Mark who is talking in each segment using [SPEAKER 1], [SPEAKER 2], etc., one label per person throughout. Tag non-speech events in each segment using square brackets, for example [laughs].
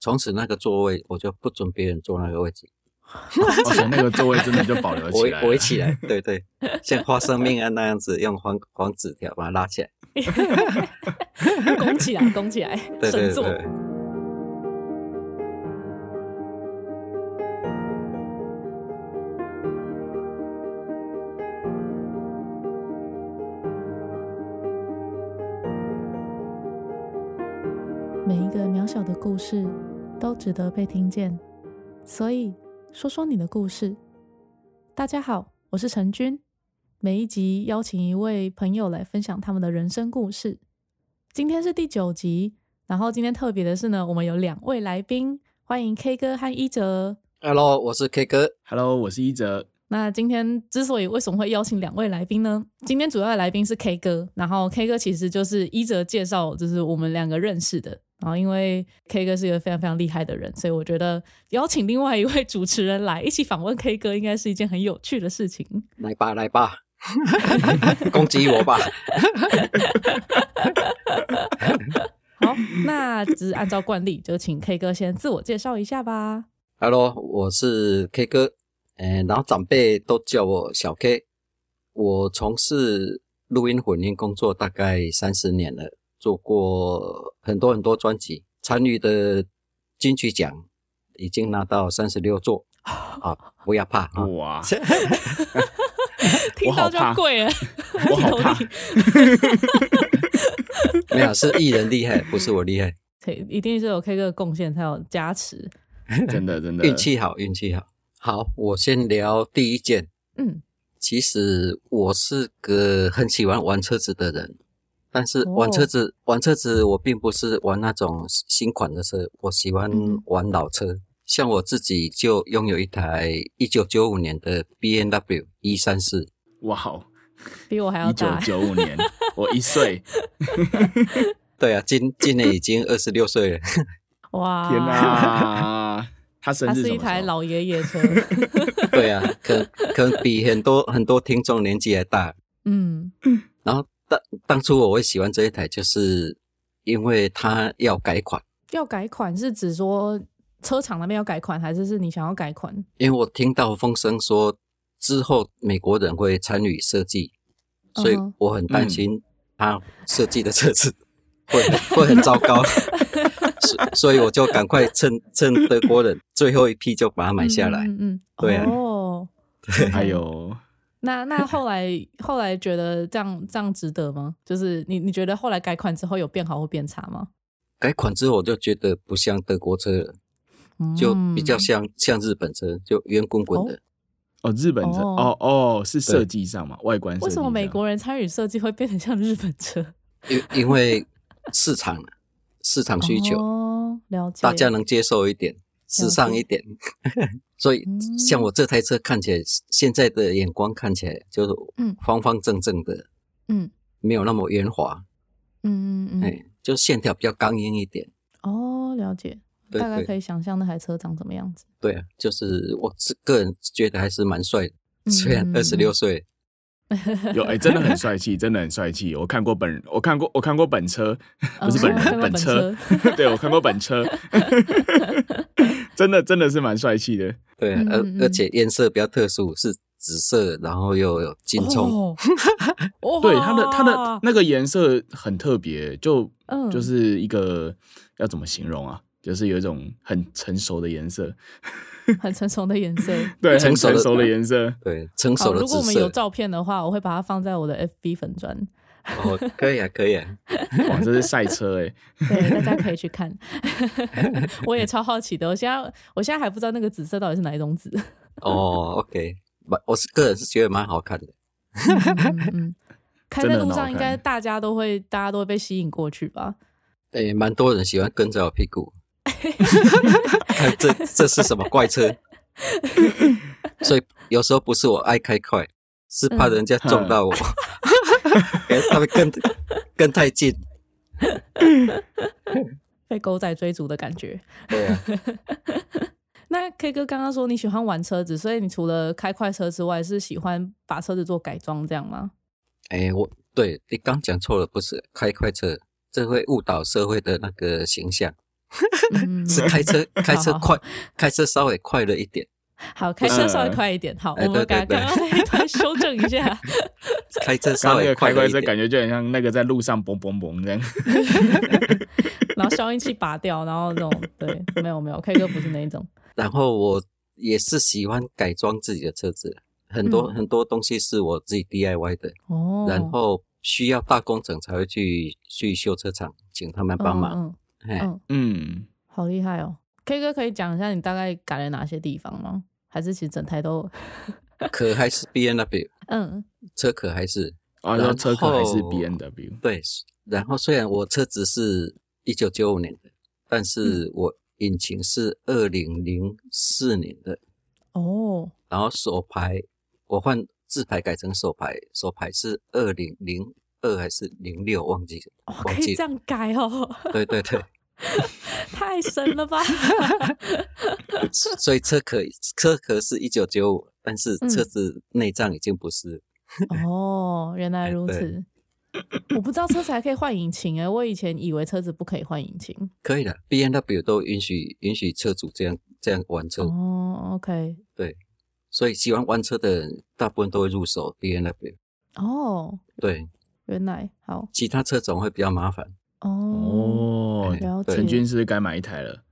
[SPEAKER 1] 从此那个座位我就不准别人坐那个位置，
[SPEAKER 2] 而且哦那个座位真的就保留起来了，
[SPEAKER 1] 围围起来，
[SPEAKER 2] [laughs]
[SPEAKER 1] 对对，像花生命案那样子，用黄黄纸条把它拉起来， [laughs]
[SPEAKER 3] 拱起来，拱起来，
[SPEAKER 1] 对对
[SPEAKER 3] 神
[SPEAKER 1] 对
[SPEAKER 3] 作。
[SPEAKER 1] 对。
[SPEAKER 4] 每一个渺小的故事都值得被听见，所以说说你的故事。大家好，我是陈君。每一集邀请一位朋友来分享他们的人生故事。今天是第九集，然后今天特别的是呢，我们有两位来宾，欢迎 K 哥和一哲。
[SPEAKER 1] Hello，我是 K 哥，
[SPEAKER 2] Hello，我是一哲，
[SPEAKER 4] 那今天之所以为什么会邀请两位来宾呢？今天主要的来宾是 K 哥，然后 K 哥其实就是一哲介绍，就是我们两个认识的。然后因为 K 哥是一个非常非常厉害的人，所以我觉得邀请另外一位主持人来一起访问 K 哥，应该是一件很有趣的事情。
[SPEAKER 1] 来吧
[SPEAKER 3] [laughs]
[SPEAKER 1] 来吧，攻击我吧。
[SPEAKER 2] [laughs]
[SPEAKER 4] 好，那只是按照惯例，就请 K 哥先自我介绍一下吧。
[SPEAKER 1] Hello，我是 K 哥，嗯、然后长辈都叫我小 K。我从事录音混音工作大概三十年了，做过很多很多专辑，参与的金曲奖已经拿到三十六座。啊，不要怕啊！[laughs]
[SPEAKER 2] [laughs] 哇，
[SPEAKER 3] 听到就跪了，
[SPEAKER 2] 我
[SPEAKER 4] [laughs]
[SPEAKER 2] 好怕
[SPEAKER 3] 头顶
[SPEAKER 1] 没有，是艺人厉害，不是我厉害，
[SPEAKER 4] 所以一定是有 K 哥的贡献才有加持。
[SPEAKER 2] 真的真的
[SPEAKER 1] 运气好，运气好。好，我先聊第一件，
[SPEAKER 4] 嗯，
[SPEAKER 1] 其实我是个很喜欢玩车子的人，但是
[SPEAKER 4] 哦
[SPEAKER 1] 玩车子、玩车子，我并不是玩那种新款的车，我喜欢
[SPEAKER 4] 嗯
[SPEAKER 1] 玩老车。像我自己就拥有一台一九九五年的 B N W 一三四，
[SPEAKER 2] 哇哦，
[SPEAKER 4] 比我还要
[SPEAKER 2] 一九
[SPEAKER 4] 大。
[SPEAKER 2] 九
[SPEAKER 4] [laughs]
[SPEAKER 2] 五年，我一岁，
[SPEAKER 1] 对啊，今今年已经二十六
[SPEAKER 4] [laughs]
[SPEAKER 1] 岁了，
[SPEAKER 4] 哇！
[SPEAKER 2] 天哪！ [laughs] 他生
[SPEAKER 4] 它啊
[SPEAKER 2] 日
[SPEAKER 4] 是
[SPEAKER 2] 什
[SPEAKER 4] 一
[SPEAKER 2] 么时
[SPEAKER 4] 台
[SPEAKER 2] 候？
[SPEAKER 4] 老爷爷车。
[SPEAKER 1] 对啊，可可能比很多很多听众年纪还大。
[SPEAKER 4] 嗯，
[SPEAKER 1] 然后当当初我会喜欢这一台，就是因为它要改款。
[SPEAKER 4] 要改款是指说车厂那边要改款，还是是你想要改款？
[SPEAKER 1] 因为我听到风声说之后美国人会参与设计，
[SPEAKER 4] 嗯哼嗯
[SPEAKER 1] 所以我很担心他设计的车子会
[SPEAKER 4] [laughs]
[SPEAKER 1] 很会很糟糕，所所以我就赶快趁趁德国人最后一批就把它买下来。
[SPEAKER 4] 嗯嗯嗯
[SPEAKER 1] 对啊
[SPEAKER 4] 哦，
[SPEAKER 2] 哎呦，
[SPEAKER 4] 那那后来后来觉得这样这样值得吗？就是你你觉得后来改款之后有变好或变差吗？
[SPEAKER 1] 改款之后我就觉得不像德国车了，
[SPEAKER 4] 嗯
[SPEAKER 1] 就比较像、像日本车，就圆滚滚的。
[SPEAKER 2] 哦，日本车，
[SPEAKER 4] 哦
[SPEAKER 2] 哦哦，是设计上嘛，外观设计
[SPEAKER 4] 为什么
[SPEAKER 2] 上
[SPEAKER 4] 美国人参与设计会变成像日本车？
[SPEAKER 1] 因因为市场市场需求，
[SPEAKER 4] 哦，了解。
[SPEAKER 1] 大家能接受一点，时尚一点。 [laughs] 所以
[SPEAKER 4] 嗯
[SPEAKER 1] 像我这台车看起来，现在的眼光看起来就是
[SPEAKER 4] 嗯
[SPEAKER 1] 方方正正的，
[SPEAKER 4] 嗯
[SPEAKER 1] 没有那么圆滑，
[SPEAKER 4] 嗯嗯
[SPEAKER 1] 哎、
[SPEAKER 4] 嗯，
[SPEAKER 1] 就线条比较刚硬一点。
[SPEAKER 4] 哦，了解。
[SPEAKER 1] 对
[SPEAKER 4] 大概可
[SPEAKER 1] 对
[SPEAKER 4] 以想象那台车长什么样子。
[SPEAKER 1] 对啊，就是我是个人觉得还是蛮帅的，
[SPEAKER 4] 嗯
[SPEAKER 1] 虽然
[SPEAKER 4] 嗯
[SPEAKER 1] 二十六岁，
[SPEAKER 2] 有哎、真的很帅气，真的很帅气。我看过本，我看过，我看过本车， [laughs] 不是
[SPEAKER 4] [laughs]
[SPEAKER 2] 本人，
[SPEAKER 4] 哦看过
[SPEAKER 2] 本
[SPEAKER 4] 本
[SPEAKER 2] 车。 [laughs]
[SPEAKER 4] [laughs]
[SPEAKER 2] 对，我看过本车，真的真的是蛮帅气的。
[SPEAKER 1] 对啊，
[SPEAKER 4] 嗯
[SPEAKER 1] 而、
[SPEAKER 4] 嗯嗯
[SPEAKER 1] 而且颜色比较特殊，是紫色，然后又有金葱，
[SPEAKER 4] 哦，
[SPEAKER 2] [laughs] 对，它的它的
[SPEAKER 4] 哇
[SPEAKER 2] 那个颜色很特别，就
[SPEAKER 4] 嗯
[SPEAKER 2] 就是一个要怎么形容啊？就是有一种很成熟的颜色，
[SPEAKER 4] 嗯很成熟的颜
[SPEAKER 2] [laughs]
[SPEAKER 4] 色。
[SPEAKER 2] 对，
[SPEAKER 1] 成
[SPEAKER 2] 很
[SPEAKER 1] 熟的
[SPEAKER 2] 成熟的颜色。
[SPEAKER 1] 对，成
[SPEAKER 4] 好，
[SPEAKER 1] 熟的
[SPEAKER 4] 如
[SPEAKER 1] 紫
[SPEAKER 4] 果我们有
[SPEAKER 1] 色。
[SPEAKER 4] 照片的话，我会把它放在我的 FB 粉
[SPEAKER 1] [laughs]
[SPEAKER 4] 砖，
[SPEAKER 1] 哦，可以啊，可以啊，
[SPEAKER 2] 哇，这是赛车哎、
[SPEAKER 4] 对，大家可以去
[SPEAKER 1] [laughs]
[SPEAKER 4] 看。我也超好奇的，我现在我现在还不知道那个紫色到底是哪一
[SPEAKER 1] [laughs]
[SPEAKER 4] 种紫。
[SPEAKER 1] 哦，OK，蛮我是个人是觉得蛮好看的。
[SPEAKER 4] 嗯嗯嗯
[SPEAKER 1] [laughs]
[SPEAKER 4] 嗯，开在
[SPEAKER 2] 真的很
[SPEAKER 4] 路
[SPEAKER 2] 好
[SPEAKER 4] 上应该
[SPEAKER 2] 看
[SPEAKER 4] 大家都会，大家都会被吸引过去吧？
[SPEAKER 1] 诶，蛮多人喜欢跟着我屁
[SPEAKER 2] [laughs]
[SPEAKER 1] 股，看这这是什么怪车？所以有时候不是我爱开快，是怕人家撞到我，
[SPEAKER 2] 嗯
[SPEAKER 1] [laughs] 给他们跟跟太近。
[SPEAKER 4] 被狗仔追逐的感觉。
[SPEAKER 1] 对啊，
[SPEAKER 4] 那 K 哥刚刚说你喜欢玩车子，所以你除了开快车之外，是喜欢把车子做改装这样吗？
[SPEAKER 1] 诶，我对你刚讲错了，不是开快车，这会误导社会的那个形象。
[SPEAKER 4] 嗯
[SPEAKER 1] 是开
[SPEAKER 2] [laughs]
[SPEAKER 1] 车开车
[SPEAKER 4] 好好
[SPEAKER 1] 快，开车稍微快了一点，
[SPEAKER 4] 好，开车稍微快一点。好，
[SPEAKER 1] 哎
[SPEAKER 4] 我
[SPEAKER 1] 对
[SPEAKER 4] 们把
[SPEAKER 1] 对对
[SPEAKER 4] 刚刚那一段修正一下。
[SPEAKER 1] 开车
[SPEAKER 2] 刚
[SPEAKER 1] 稍
[SPEAKER 2] 刚那
[SPEAKER 1] 微
[SPEAKER 2] 个
[SPEAKER 1] 快
[SPEAKER 2] 开
[SPEAKER 1] 了
[SPEAKER 2] 快
[SPEAKER 1] 一
[SPEAKER 2] 车感
[SPEAKER 1] 点。
[SPEAKER 2] 觉就很像那个在路上嘣嘣嘣这样。
[SPEAKER 4] [laughs] 然后消音器拔掉，然后那种对，没有没有，K 歌不是那一 [laughs] 种，
[SPEAKER 1] 然后我也是喜欢改装自己的车子，很多、很多东西是我自己 DIY 的，
[SPEAKER 4] 嗯哦，
[SPEAKER 1] 然后需要大工程才会去去修车厂，请他们帮忙。
[SPEAKER 4] 嗯，
[SPEAKER 1] 哎、
[SPEAKER 4] 嗯嗯，
[SPEAKER 2] 嗯，
[SPEAKER 4] 好厉害哦！K 哥可以讲一下你大概改了哪些地方吗？还是其实整台都， [laughs]
[SPEAKER 1] 壳还是 B N W
[SPEAKER 4] 嗯
[SPEAKER 1] 车壳还是
[SPEAKER 2] 啊，
[SPEAKER 1] 然
[SPEAKER 2] 然后车款还是
[SPEAKER 1] 后
[SPEAKER 2] B N W，
[SPEAKER 1] 对，然后虽然我车子是一九九五年的，但是我引擎是二零零四年的，
[SPEAKER 4] 哦，
[SPEAKER 1] 然后手排我换自排改成手排，手排是二零零二还是零六忘记
[SPEAKER 4] 哦，
[SPEAKER 1] 忘
[SPEAKER 4] 可以
[SPEAKER 1] 记
[SPEAKER 4] 这
[SPEAKER 1] 了，
[SPEAKER 4] 样改哦， [laughs]
[SPEAKER 1] 对对对，
[SPEAKER 4] 太神
[SPEAKER 1] [laughs]
[SPEAKER 4] 了吧！
[SPEAKER 1] 所以车壳车壳是一九九五，但是
[SPEAKER 4] 嗯
[SPEAKER 1] 车子内脏已经不是，
[SPEAKER 4] 哦，原来如
[SPEAKER 1] 哎
[SPEAKER 4] 此。我不知道车子还可以换引擎哎、我以前以为车子不可以换引擎。
[SPEAKER 1] 可以了，B N W 都允许允许车主这样这样玩车，
[SPEAKER 4] 哦，OK，
[SPEAKER 1] 所以喜欢玩车的人大部分都会入手 B N W，
[SPEAKER 4] 哦，
[SPEAKER 1] 对，
[SPEAKER 4] 原来好
[SPEAKER 1] 其他车种会比较麻烦。
[SPEAKER 4] 哦，
[SPEAKER 2] 哦，
[SPEAKER 4] 了解。
[SPEAKER 2] 陈军是不是该买一台了？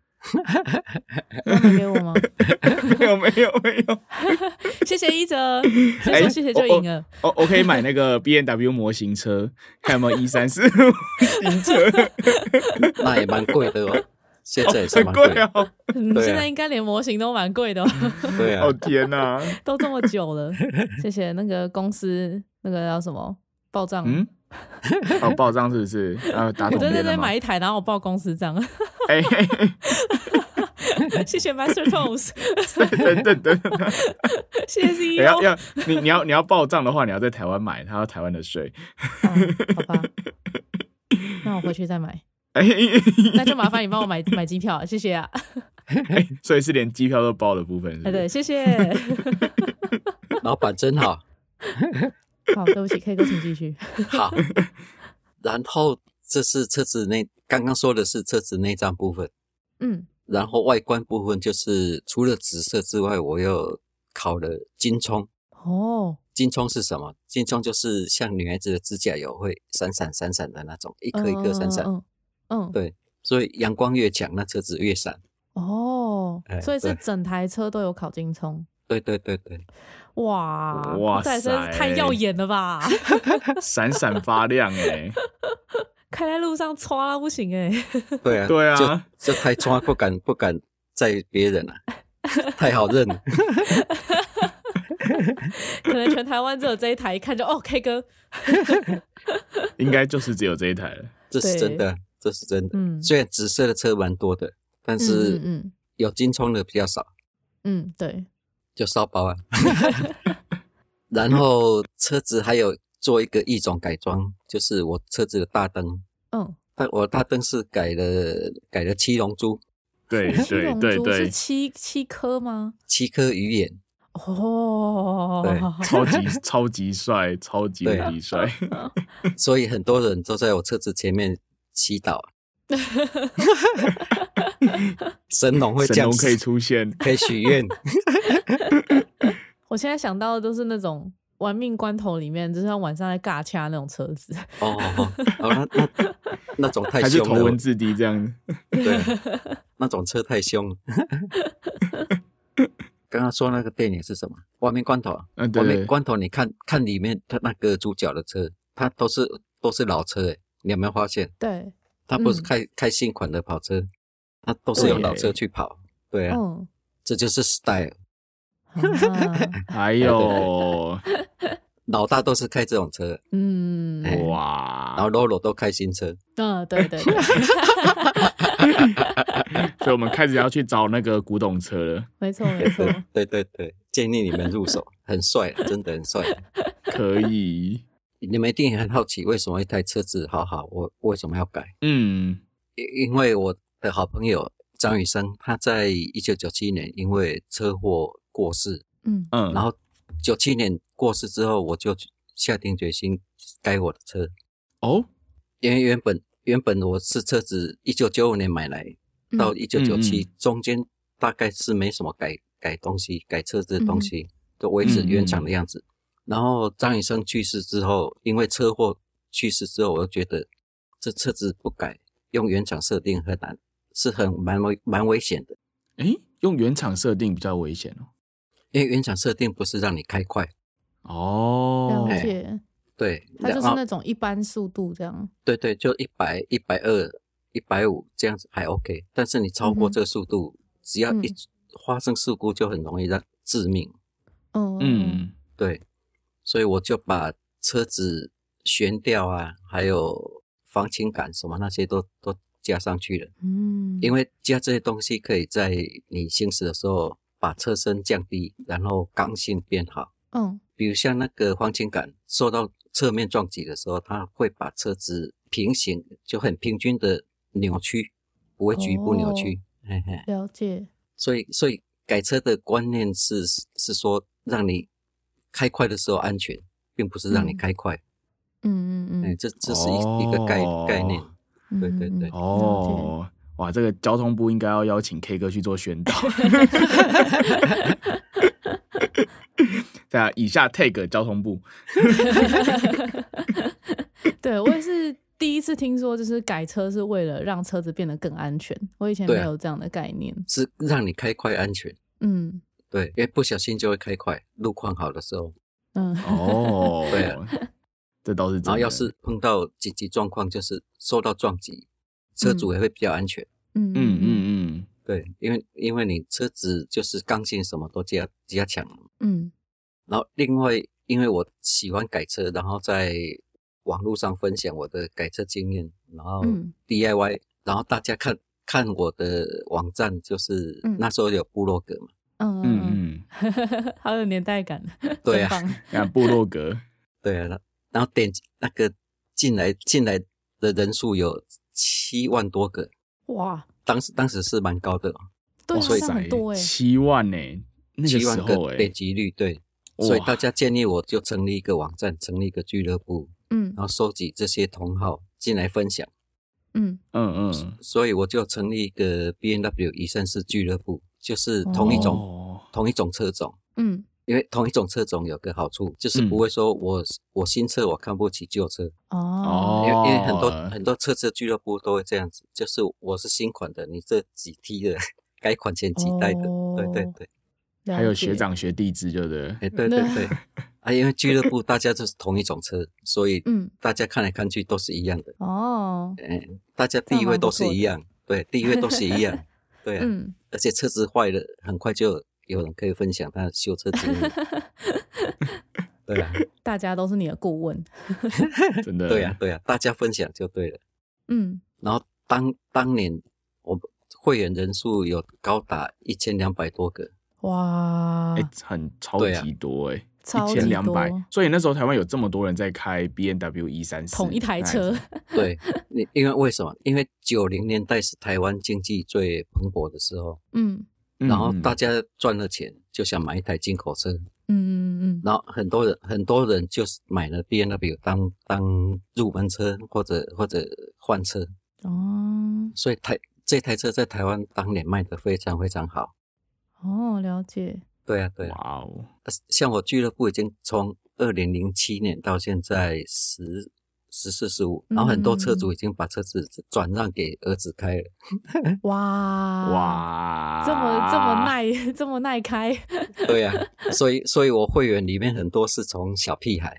[SPEAKER 4] 要买给我吗？ [laughs]
[SPEAKER 2] 没有没有没有，
[SPEAKER 4] 谢谢一泽， [laughs]
[SPEAKER 1] 哎
[SPEAKER 4] 先说谢谢就赢了。
[SPEAKER 2] 我我可以买那个 B N W 模型车，看有没有一三四五型车，
[SPEAKER 1] 那也蛮贵的哦，现在也是
[SPEAKER 2] 很
[SPEAKER 1] 蛮
[SPEAKER 2] 贵
[SPEAKER 1] 的。
[SPEAKER 2] 哦！
[SPEAKER 4] 嗯
[SPEAKER 1] 对啊
[SPEAKER 4] 现在应该连模型都蛮
[SPEAKER 1] [laughs]
[SPEAKER 4] 贵的哦、
[SPEAKER 1] 对啊
[SPEAKER 2] 哦，天哪，
[SPEAKER 4] 都这么
[SPEAKER 1] [laughs]
[SPEAKER 4] 久了。谢谢那个公司那个叫什么报账。
[SPEAKER 2] 嗯， [laughs] 哦，报账是不是？啊，打
[SPEAKER 4] 我
[SPEAKER 2] 桶
[SPEAKER 4] 在那
[SPEAKER 2] 边
[SPEAKER 4] 边
[SPEAKER 2] 了吗
[SPEAKER 4] 买？一台，然后我报公
[SPEAKER 1] [laughs]
[SPEAKER 4] 司账。
[SPEAKER 2] 哎，嘿嘿
[SPEAKER 4] [laughs] 谢谢 Master Tones，
[SPEAKER 2] 等等等
[SPEAKER 4] [laughs]
[SPEAKER 2] 等，
[SPEAKER 4] 谢
[SPEAKER 1] [laughs]
[SPEAKER 4] 谢 E
[SPEAKER 2] 你
[SPEAKER 4] CEO。
[SPEAKER 2] 哎要要你你要你要报账的话，你要在台湾买，他要台湾的税。
[SPEAKER 4] 哦好吧，那我回去再买。
[SPEAKER 2] 哎， [laughs]
[SPEAKER 4] 那就麻烦你帮我买买机票，谢
[SPEAKER 1] [laughs]
[SPEAKER 4] 谢啊！
[SPEAKER 2] 所以是连机票都包的部分是不
[SPEAKER 4] 哎，
[SPEAKER 2] 是
[SPEAKER 4] 对，
[SPEAKER 1] [laughs]
[SPEAKER 4] 谢谢。
[SPEAKER 1] 老板真好，
[SPEAKER 4] 好，对不起，K 哥，请继续。
[SPEAKER 1] 好。然后这是车子内，刚刚说的是车子内脏部分，
[SPEAKER 4] 嗯，
[SPEAKER 1] 然后外观部分就是除了紫色之外，我又烤了金葱。
[SPEAKER 4] 哦，
[SPEAKER 1] 金葱是什么？金葱就是像女孩子的指甲油会闪闪闪闪的那种，一
[SPEAKER 4] 嗯
[SPEAKER 1] 颗一颗闪闪。
[SPEAKER 4] 嗯嗯，嗯
[SPEAKER 1] 对所以阳光越强，那车子越闪。
[SPEAKER 4] 哦
[SPEAKER 1] 哎，
[SPEAKER 4] 所以是
[SPEAKER 1] 对
[SPEAKER 4] 整台车都有烤金葱。
[SPEAKER 1] 对对对对，
[SPEAKER 4] 哇
[SPEAKER 2] 哇
[SPEAKER 4] 这台车
[SPEAKER 2] 塞
[SPEAKER 4] 太耀眼了吧！ [laughs]
[SPEAKER 2] 闪闪发亮哎、
[SPEAKER 4] 开在路上唰啦不行哎、
[SPEAKER 1] 对啊，
[SPEAKER 2] 对啊
[SPEAKER 1] 就就太抓，不敢不敢载别人
[SPEAKER 4] [laughs]
[SPEAKER 1] 啊，太好认了。
[SPEAKER 4] [laughs] 可能全台湾只有这一台，一看就哦 K 哥，
[SPEAKER 2] 应该就是只有这一台了。
[SPEAKER 1] 这是真的，这是真的。
[SPEAKER 4] 嗯
[SPEAKER 1] 虽然紫色的车蛮多的，但
[SPEAKER 4] 嗯
[SPEAKER 1] 是
[SPEAKER 4] 嗯
[SPEAKER 1] 有金冲的比较少，
[SPEAKER 4] 嗯嗯，对，
[SPEAKER 1] 就烧包
[SPEAKER 4] [laughs]
[SPEAKER 1] 啊。 [laughs] 然后车子还有做一个异种改装，就是我车子的大灯，
[SPEAKER 4] 嗯，
[SPEAKER 1] 但我大灯是改了改了七龙珠，
[SPEAKER 2] 对
[SPEAKER 4] 七
[SPEAKER 2] 对
[SPEAKER 4] 龙
[SPEAKER 2] 对
[SPEAKER 4] 珠是
[SPEAKER 2] 对，
[SPEAKER 4] 七七颗吗？
[SPEAKER 1] 七颗鱼
[SPEAKER 2] [laughs]
[SPEAKER 1] 眼，
[SPEAKER 4] 哦，
[SPEAKER 1] 对
[SPEAKER 2] 超级超级帅，超级无敌
[SPEAKER 1] 啊
[SPEAKER 2] 帅。
[SPEAKER 1] 所以很多人都在我车子前面祈
[SPEAKER 2] [laughs]
[SPEAKER 1] 祷。神龙会
[SPEAKER 2] 神
[SPEAKER 1] 降
[SPEAKER 2] 龙
[SPEAKER 1] 世，
[SPEAKER 2] 可以出现，
[SPEAKER 1] 可以许
[SPEAKER 2] [laughs]
[SPEAKER 1] 愿，
[SPEAKER 4] [laughs] 我现在想到的都是那种玩命关头里面，就是像晚上在尬掐那种车子，
[SPEAKER 1] 哦哦，哦哦那那那种太
[SPEAKER 2] 还是
[SPEAKER 1] 凶
[SPEAKER 2] 头
[SPEAKER 1] 了，
[SPEAKER 2] 文字 D 这样？
[SPEAKER 1] 对，那种车太凶
[SPEAKER 2] [laughs]
[SPEAKER 1] 了。刚刚说那个电影是什么？亡命关头啊，
[SPEAKER 2] 嗯，对
[SPEAKER 1] 亡
[SPEAKER 2] 对
[SPEAKER 1] 命关头，你看看里面他那个主角的车，他都是都是老车诶，你有没有发现？
[SPEAKER 4] [laughs] 对，
[SPEAKER 1] 他不是
[SPEAKER 4] 嗯
[SPEAKER 1] 开、开新款的跑车，他都是用
[SPEAKER 2] 对
[SPEAKER 1] 老车去跑。对啊，
[SPEAKER 4] 嗯，
[SPEAKER 1] 这就是 style。
[SPEAKER 2] [laughs]
[SPEAKER 4] 啊
[SPEAKER 2] 还
[SPEAKER 1] 哎
[SPEAKER 2] 有
[SPEAKER 1] 老大都是开这种车，
[SPEAKER 4] 嗯，
[SPEAKER 1] 哎然后
[SPEAKER 2] 哇，
[SPEAKER 1] Lolo 都开新
[SPEAKER 2] [laughs]
[SPEAKER 1] 车，
[SPEAKER 4] 嗯，对对对，
[SPEAKER 2] 所以我们开始要去找那个古董车了，
[SPEAKER 4] 没错没
[SPEAKER 1] 对
[SPEAKER 4] 错，
[SPEAKER 1] 对对对对，建议你们入
[SPEAKER 2] [laughs]
[SPEAKER 1] 手，很帅，真的很帅。
[SPEAKER 2] 可以，
[SPEAKER 1] 你们一定很好奇，为什么一台车子好好，我我为什么要改？
[SPEAKER 2] [laughs] 嗯，
[SPEAKER 1] 因因为我的好朋友张雨生，他在一九九七年因为车祸过世，
[SPEAKER 4] 嗯
[SPEAKER 2] 嗯，
[SPEAKER 1] 然后九七年过世之后，我就下定决心改我的车，
[SPEAKER 2] 哦，
[SPEAKER 1] 因为原本原本我是车子一九九五年买来，
[SPEAKER 4] 嗯
[SPEAKER 1] 到一九九
[SPEAKER 2] 嗯
[SPEAKER 1] 七中间大概是没什么改改东西、改车子的东
[SPEAKER 4] 嗯
[SPEAKER 1] 西，都维持原厂的样
[SPEAKER 2] 嗯
[SPEAKER 1] 子。然后张雨生去世之后，因为车祸去世之后，我就觉得这车子不改，用原厂设定很难，是很蛮危蛮危险的。
[SPEAKER 2] 诶，用原厂设定比较危险哦。
[SPEAKER 1] 因为原厂设定不是让你开快，
[SPEAKER 2] 哦
[SPEAKER 4] 了，
[SPEAKER 1] 哎
[SPEAKER 4] 解，
[SPEAKER 1] 对，
[SPEAKER 4] 它就是
[SPEAKER 1] 然后
[SPEAKER 4] 那种一般速度这样。
[SPEAKER 1] 对对，就一百、一百二、一百五这样子还 OK，但是你超过
[SPEAKER 4] 嗯哼
[SPEAKER 1] 这个速度，只要一
[SPEAKER 4] 嗯
[SPEAKER 1] 发生事故就很容易让致命。
[SPEAKER 4] 嗯嗯
[SPEAKER 2] 嗯，
[SPEAKER 1] 对，所以我就把车子悬吊啊，还有防倾杆什么那些都都加上去了，
[SPEAKER 4] 嗯，
[SPEAKER 1] 因
[SPEAKER 4] 为
[SPEAKER 1] 为加这些东西可以在你行驶的时候把车身降低，然后刚性变好。
[SPEAKER 4] 嗯
[SPEAKER 1] 比如像那个方倾杆受到侧面撞击的时候，它会把车子平行就很平均的扭曲，不会局部扭曲。
[SPEAKER 2] 哦
[SPEAKER 1] 嘿嘿，
[SPEAKER 4] 了解，
[SPEAKER 1] 所以所以改车的观念是是说让你开快的时候安全，并不是让你
[SPEAKER 4] 嗯
[SPEAKER 1] 开快。
[SPEAKER 4] 嗯嗯
[SPEAKER 1] 哎、
[SPEAKER 4] 嗯
[SPEAKER 1] 这这是一、一个概
[SPEAKER 2] 哦
[SPEAKER 1] 概念。
[SPEAKER 4] 嗯，
[SPEAKER 1] 对对
[SPEAKER 4] 嗯
[SPEAKER 1] 对，
[SPEAKER 4] 嗯了解
[SPEAKER 2] 哦，哇，这个交通部应该要邀请 K 哥去做
[SPEAKER 4] [laughs]
[SPEAKER 2] 宣导。 [laughs] 对啊，以下 tag 交通部，
[SPEAKER 4] [laughs] 对我也是第一次听说，就是改车是为了让车子变得更安全。我以前没
[SPEAKER 1] 对啊
[SPEAKER 4] 有这样的概念。
[SPEAKER 1] 是让你开快安全。
[SPEAKER 4] 嗯
[SPEAKER 1] 对，因为不小心就会开快，路况好的时候，
[SPEAKER 4] 嗯，
[SPEAKER 2] 哦，
[SPEAKER 1] 对啊
[SPEAKER 2] 这倒是真的。
[SPEAKER 1] 然后要是碰到紧急状况，就是受到撞击，车主也会比较安全。
[SPEAKER 4] 嗯
[SPEAKER 2] 嗯嗯嗯，
[SPEAKER 1] 对，因为因为你车子就是刚性什么都加加强，
[SPEAKER 4] 嗯
[SPEAKER 1] 然后另外因为我喜欢改车，然后在网络上分享我的改车经验，然后
[SPEAKER 4] 嗯
[SPEAKER 1] DIY，、然后大家看看我的网站，就是、
[SPEAKER 4] 嗯
[SPEAKER 1] 那时候有部落格嘛，
[SPEAKER 4] 嗯
[SPEAKER 2] 嗯
[SPEAKER 4] 嗯
[SPEAKER 2] 嗯，
[SPEAKER 4] 嗯， [laughs] 好有年代感，
[SPEAKER 1] 对啊
[SPEAKER 4] 真棒
[SPEAKER 2] [laughs] 那部落格，
[SPEAKER 1] 对啊，然后点那个进来进来的人数有七万多个，
[SPEAKER 4] 哇，
[SPEAKER 1] 当时当时是蛮高的哦，
[SPEAKER 4] [laughs] 对啊，
[SPEAKER 1] 所以
[SPEAKER 4] 这样很多哎，
[SPEAKER 2] 七万呢、那个
[SPEAKER 1] 七万
[SPEAKER 2] 时候
[SPEAKER 1] 个
[SPEAKER 2] 哎、
[SPEAKER 1] 点击率，对，
[SPEAKER 2] 哇
[SPEAKER 1] 所以大家建议我就成立一个网站，成立一个俱乐部。
[SPEAKER 4] 嗯
[SPEAKER 1] 然后收集这些同好进来分享，
[SPEAKER 4] 嗯
[SPEAKER 2] 嗯嗯，
[SPEAKER 1] 所以我就成立一个 B N W 一生是俱乐部，就是同一种、
[SPEAKER 2] 哦
[SPEAKER 1] 同一种车种，
[SPEAKER 4] 嗯，
[SPEAKER 1] 因为同一种车种有个好处，就是
[SPEAKER 2] 嗯
[SPEAKER 1] 不会说我、我新车我看不起旧车，因
[SPEAKER 4] 哦
[SPEAKER 1] 为因为很多
[SPEAKER 2] 哦
[SPEAKER 1] 很多车车俱乐部都会这样子，就是我是新款的，你这几梯的，该款前几代的，对对对，
[SPEAKER 2] 哦
[SPEAKER 4] 对
[SPEAKER 2] 还有学，长学弟制，就对了。
[SPEAKER 1] 哎对对
[SPEAKER 2] [laughs]
[SPEAKER 1] 对，啊，因为俱乐部大家就是同一种车，所以
[SPEAKER 4] 嗯
[SPEAKER 1] 大家看来看去都是一样的。
[SPEAKER 4] 哦，
[SPEAKER 1] 嗯，大家地位都是一样，对，地位都是一
[SPEAKER 2] [laughs]
[SPEAKER 1] 样，对、啊，
[SPEAKER 4] 嗯，
[SPEAKER 1] 而且车子坏了，很快就有人可以分享他的修车
[SPEAKER 2] [laughs]
[SPEAKER 1] 经验，对啊，
[SPEAKER 4] 大家都是你的顾问，
[SPEAKER 2] 真的，
[SPEAKER 1] 对啊，，对啊，大家分享就对了。
[SPEAKER 4] 嗯
[SPEAKER 1] 然后当当年我们会员人数有高达一千两百多个，
[SPEAKER 4] 哇
[SPEAKER 2] 哎、，很超
[SPEAKER 1] 对啊
[SPEAKER 2] 级多哎、
[SPEAKER 4] 超
[SPEAKER 2] 一
[SPEAKER 4] 级
[SPEAKER 2] 千两百
[SPEAKER 4] 多，
[SPEAKER 2] 所以那时候台湾有这么多人在开 B N W 一三四，
[SPEAKER 4] 同一台车，
[SPEAKER 2] [laughs]
[SPEAKER 1] 对，你因为为什么？因为九零年代是台湾经济最蓬勃的时候，
[SPEAKER 4] 嗯
[SPEAKER 2] 嗯，
[SPEAKER 1] 然后
[SPEAKER 2] 嗯
[SPEAKER 1] 大家赚了钱就想买一台进口车，
[SPEAKER 4] 嗯嗯嗯
[SPEAKER 1] 然后很多人很多人就是买了 B N W 当当入门车或者或者换车，
[SPEAKER 4] 嗯，
[SPEAKER 1] 所以台这台车在台湾当年卖的非常非常好。
[SPEAKER 4] 哦哦，了解，
[SPEAKER 1] 对啊，对啊，
[SPEAKER 2] 哇哦，
[SPEAKER 1] 呃像我俱乐部已经从二零零七年到现在十十四十五，然后很多
[SPEAKER 4] 嗯
[SPEAKER 1] 车主已经把车子转让给儿子开了。
[SPEAKER 4] 哇，
[SPEAKER 2] 哇，
[SPEAKER 4] 啊这么这么，耐 [laughs] 这么耐开，
[SPEAKER 1] 对啊，所以所以我会员里面很多是从小屁孩